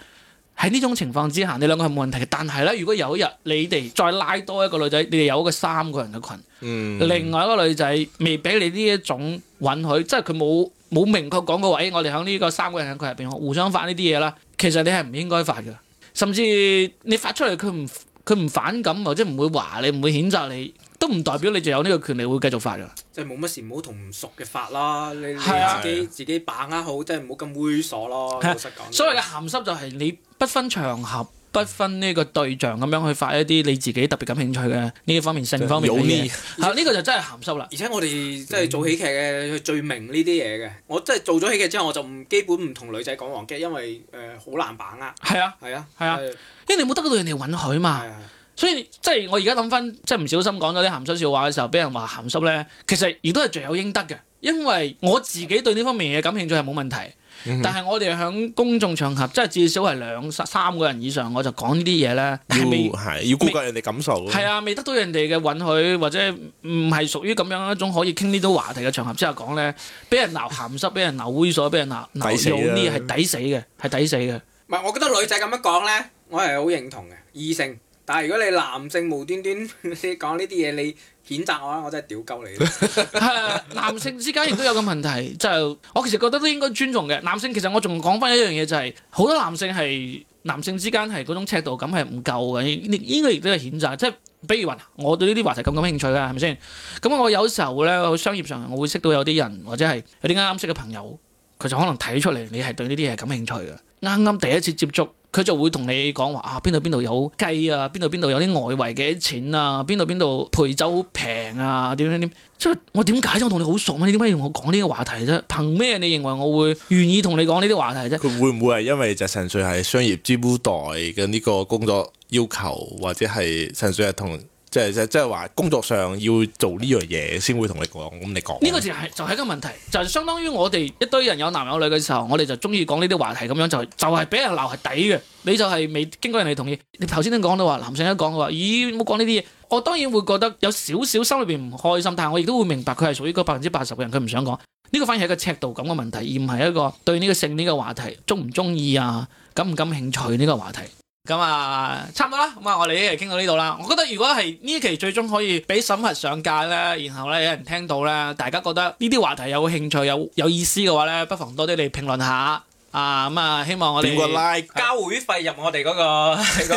A: 喺呢種情況之下，你兩個係冇問題嘅。但係咧，如果有一日你哋再拉多一個女仔，你哋有一個三個人嘅群，
B: 嗯，
A: 另外一個女仔未俾你呢一種允許，即係佢冇冇明確講過話，誒、我哋喺呢個三個人嘅群入邊互相發呢啲嘢啦。其實你係唔應該發嘅，甚至你發出嚟佢唔佢唔反感，或者唔會話你，唔會譴責你，都唔代表你就有呢個權利會繼續發㗎。
C: 即係冇乜事唔好同唔熟嘅發啦，你你
A: 係啊
C: 自己自己把握好，即係唔好咁猥瑣咯。
A: 係啊
C: 老實講，
A: 所謂嘅鹹濕就係你不分場合、不分呢個對象咁樣去發一啲你自己特別感興趣嘅呢一方面性方面嘅
B: 有
A: 嘢
B: 呢，
A: 嚇呢個就真係鹹濕啦。
C: 而且我哋即係做喜劇嘅，佢最明呢啲嘢嘅。我真係做咗喜劇之後，我就唔基本唔同女仔講黃劇，因為誒好、難把握。
A: 係啊，
C: 係啊，
A: 係啊
C: 係
A: 因為你冇得到人哋允許嘛，
C: 啊，
A: 所以即係我而家諗翻，即係唔小心講咗啲鹹濕笑話嘅時候，俾人話鹹濕咧，其實亦都係罪有應得嘅，因為我自己對呢方面嘅感興趣係冇問題。
B: 嗯
A: 但係我哋喺公眾場合，即係至少係兩三三個人以上，我就講呢啲嘢咧，
B: 要
A: 係未
B: 係要顧及人哋感受咯。
A: 係啊，未得到人哋嘅允許，或者唔係屬於咁樣一種可以傾呢種話題嘅場合之下講咧，俾人鬧鹹濕，俾人鬧猥瑣，俾人鬧
B: 抵死
A: 鬧
B: 啊
A: 用呢係抵死嘅，係抵死嘅。
C: 唔係我覺得女仔咁樣講咧，我係好認同嘅異性。但係如果你男性無端 端你講呢啲嘢，你譴責我咧，我真係屌鳩你。
A: 係男性之間亦都有個問題，就係我其實覺得都應該尊重嘅。男性其實我仲講翻一樣嘢就係、好多男性係男性之間係嗰種尺度感係唔夠嘅，呢呢個亦都係譴責。即係比如話，我對呢啲話題咁感興趣嘅，啊係咪先？咁我有時候咧，我商業上我會識到有啲人或者係有啲啱啱識嘅朋友，佢就可能睇出嚟你係對呢啲嘢感興趣嘅。啱啱第一次接觸，佢就會同你講話啊，邊度邊度有雞啊，邊度邊度有啲外圍幾多錢啊，邊度邊度陪酒好平啊，點點點。即係我點解啫？我同你好熟咩？你點解要同我講呢個話題啫？憑咩你認為我會願意同你講呢啲話題啫？
B: 佢會唔會係因為就純粹係商業招呼代嘅呢個工作要求，或者係純粹係同即係即係即係話工作上要做呢樣嘢先會同你講，咁你講
A: 呢個就係就係一個問題，就係、相當於我哋一堆人有男有女嘅時候，我哋就中意講呢啲話題咁樣，就就係俾人鬧係抵嘅。你就係未經過人哋同意。你頭先都講到話男性一講嘅話，咦冇講呢啲嘢，我當然會覺得有少少心裏邊唔開心，但係我亦都會明白佢係屬於嗰百分之八十嘅人，佢唔想講。呢個反而係一個尺度感嘅問題，而唔係一個對呢個性呢個話題中唔中意啊、感唔感興趣呢個話題。咁啊，差唔多啦。咁啊，我哋呢期傾到呢度啦。我覺得如果係呢期最終可以俾審核上架咧，然後咧有人聽到咧，大家覺得呢啲話題有興趣、有有意思嘅話咧，不妨多啲嚟評論下。啊咁啊，希望我
B: 點個
A: 哋啊
B: like
C: 交會費入我哋嗰個嗰個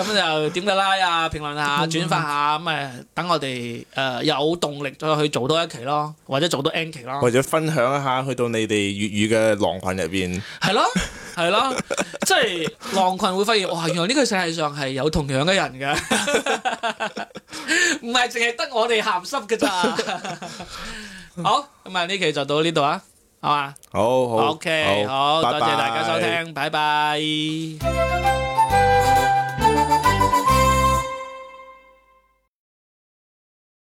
A: 咁就點個 like 啊，評論下、轉發下，咁啊，等我哋誒有動力再去做多一期咯，或者做到 N 期咯。
B: 或者分享一下去到你哋粵語嘅狼群入邊，
A: 係咯，係咯，即係狼群會發現，哇！原來呢個世界上係有同樣嘅人嘅， 唔係淨係得我哋鹹濕 嘅咋。好，咁啊呢期就到呢度啊，係嘛
B: 好好
A: ？OK，好，
B: 拜
A: 多謝大
B: 拜
A: 家收聽，拜拜。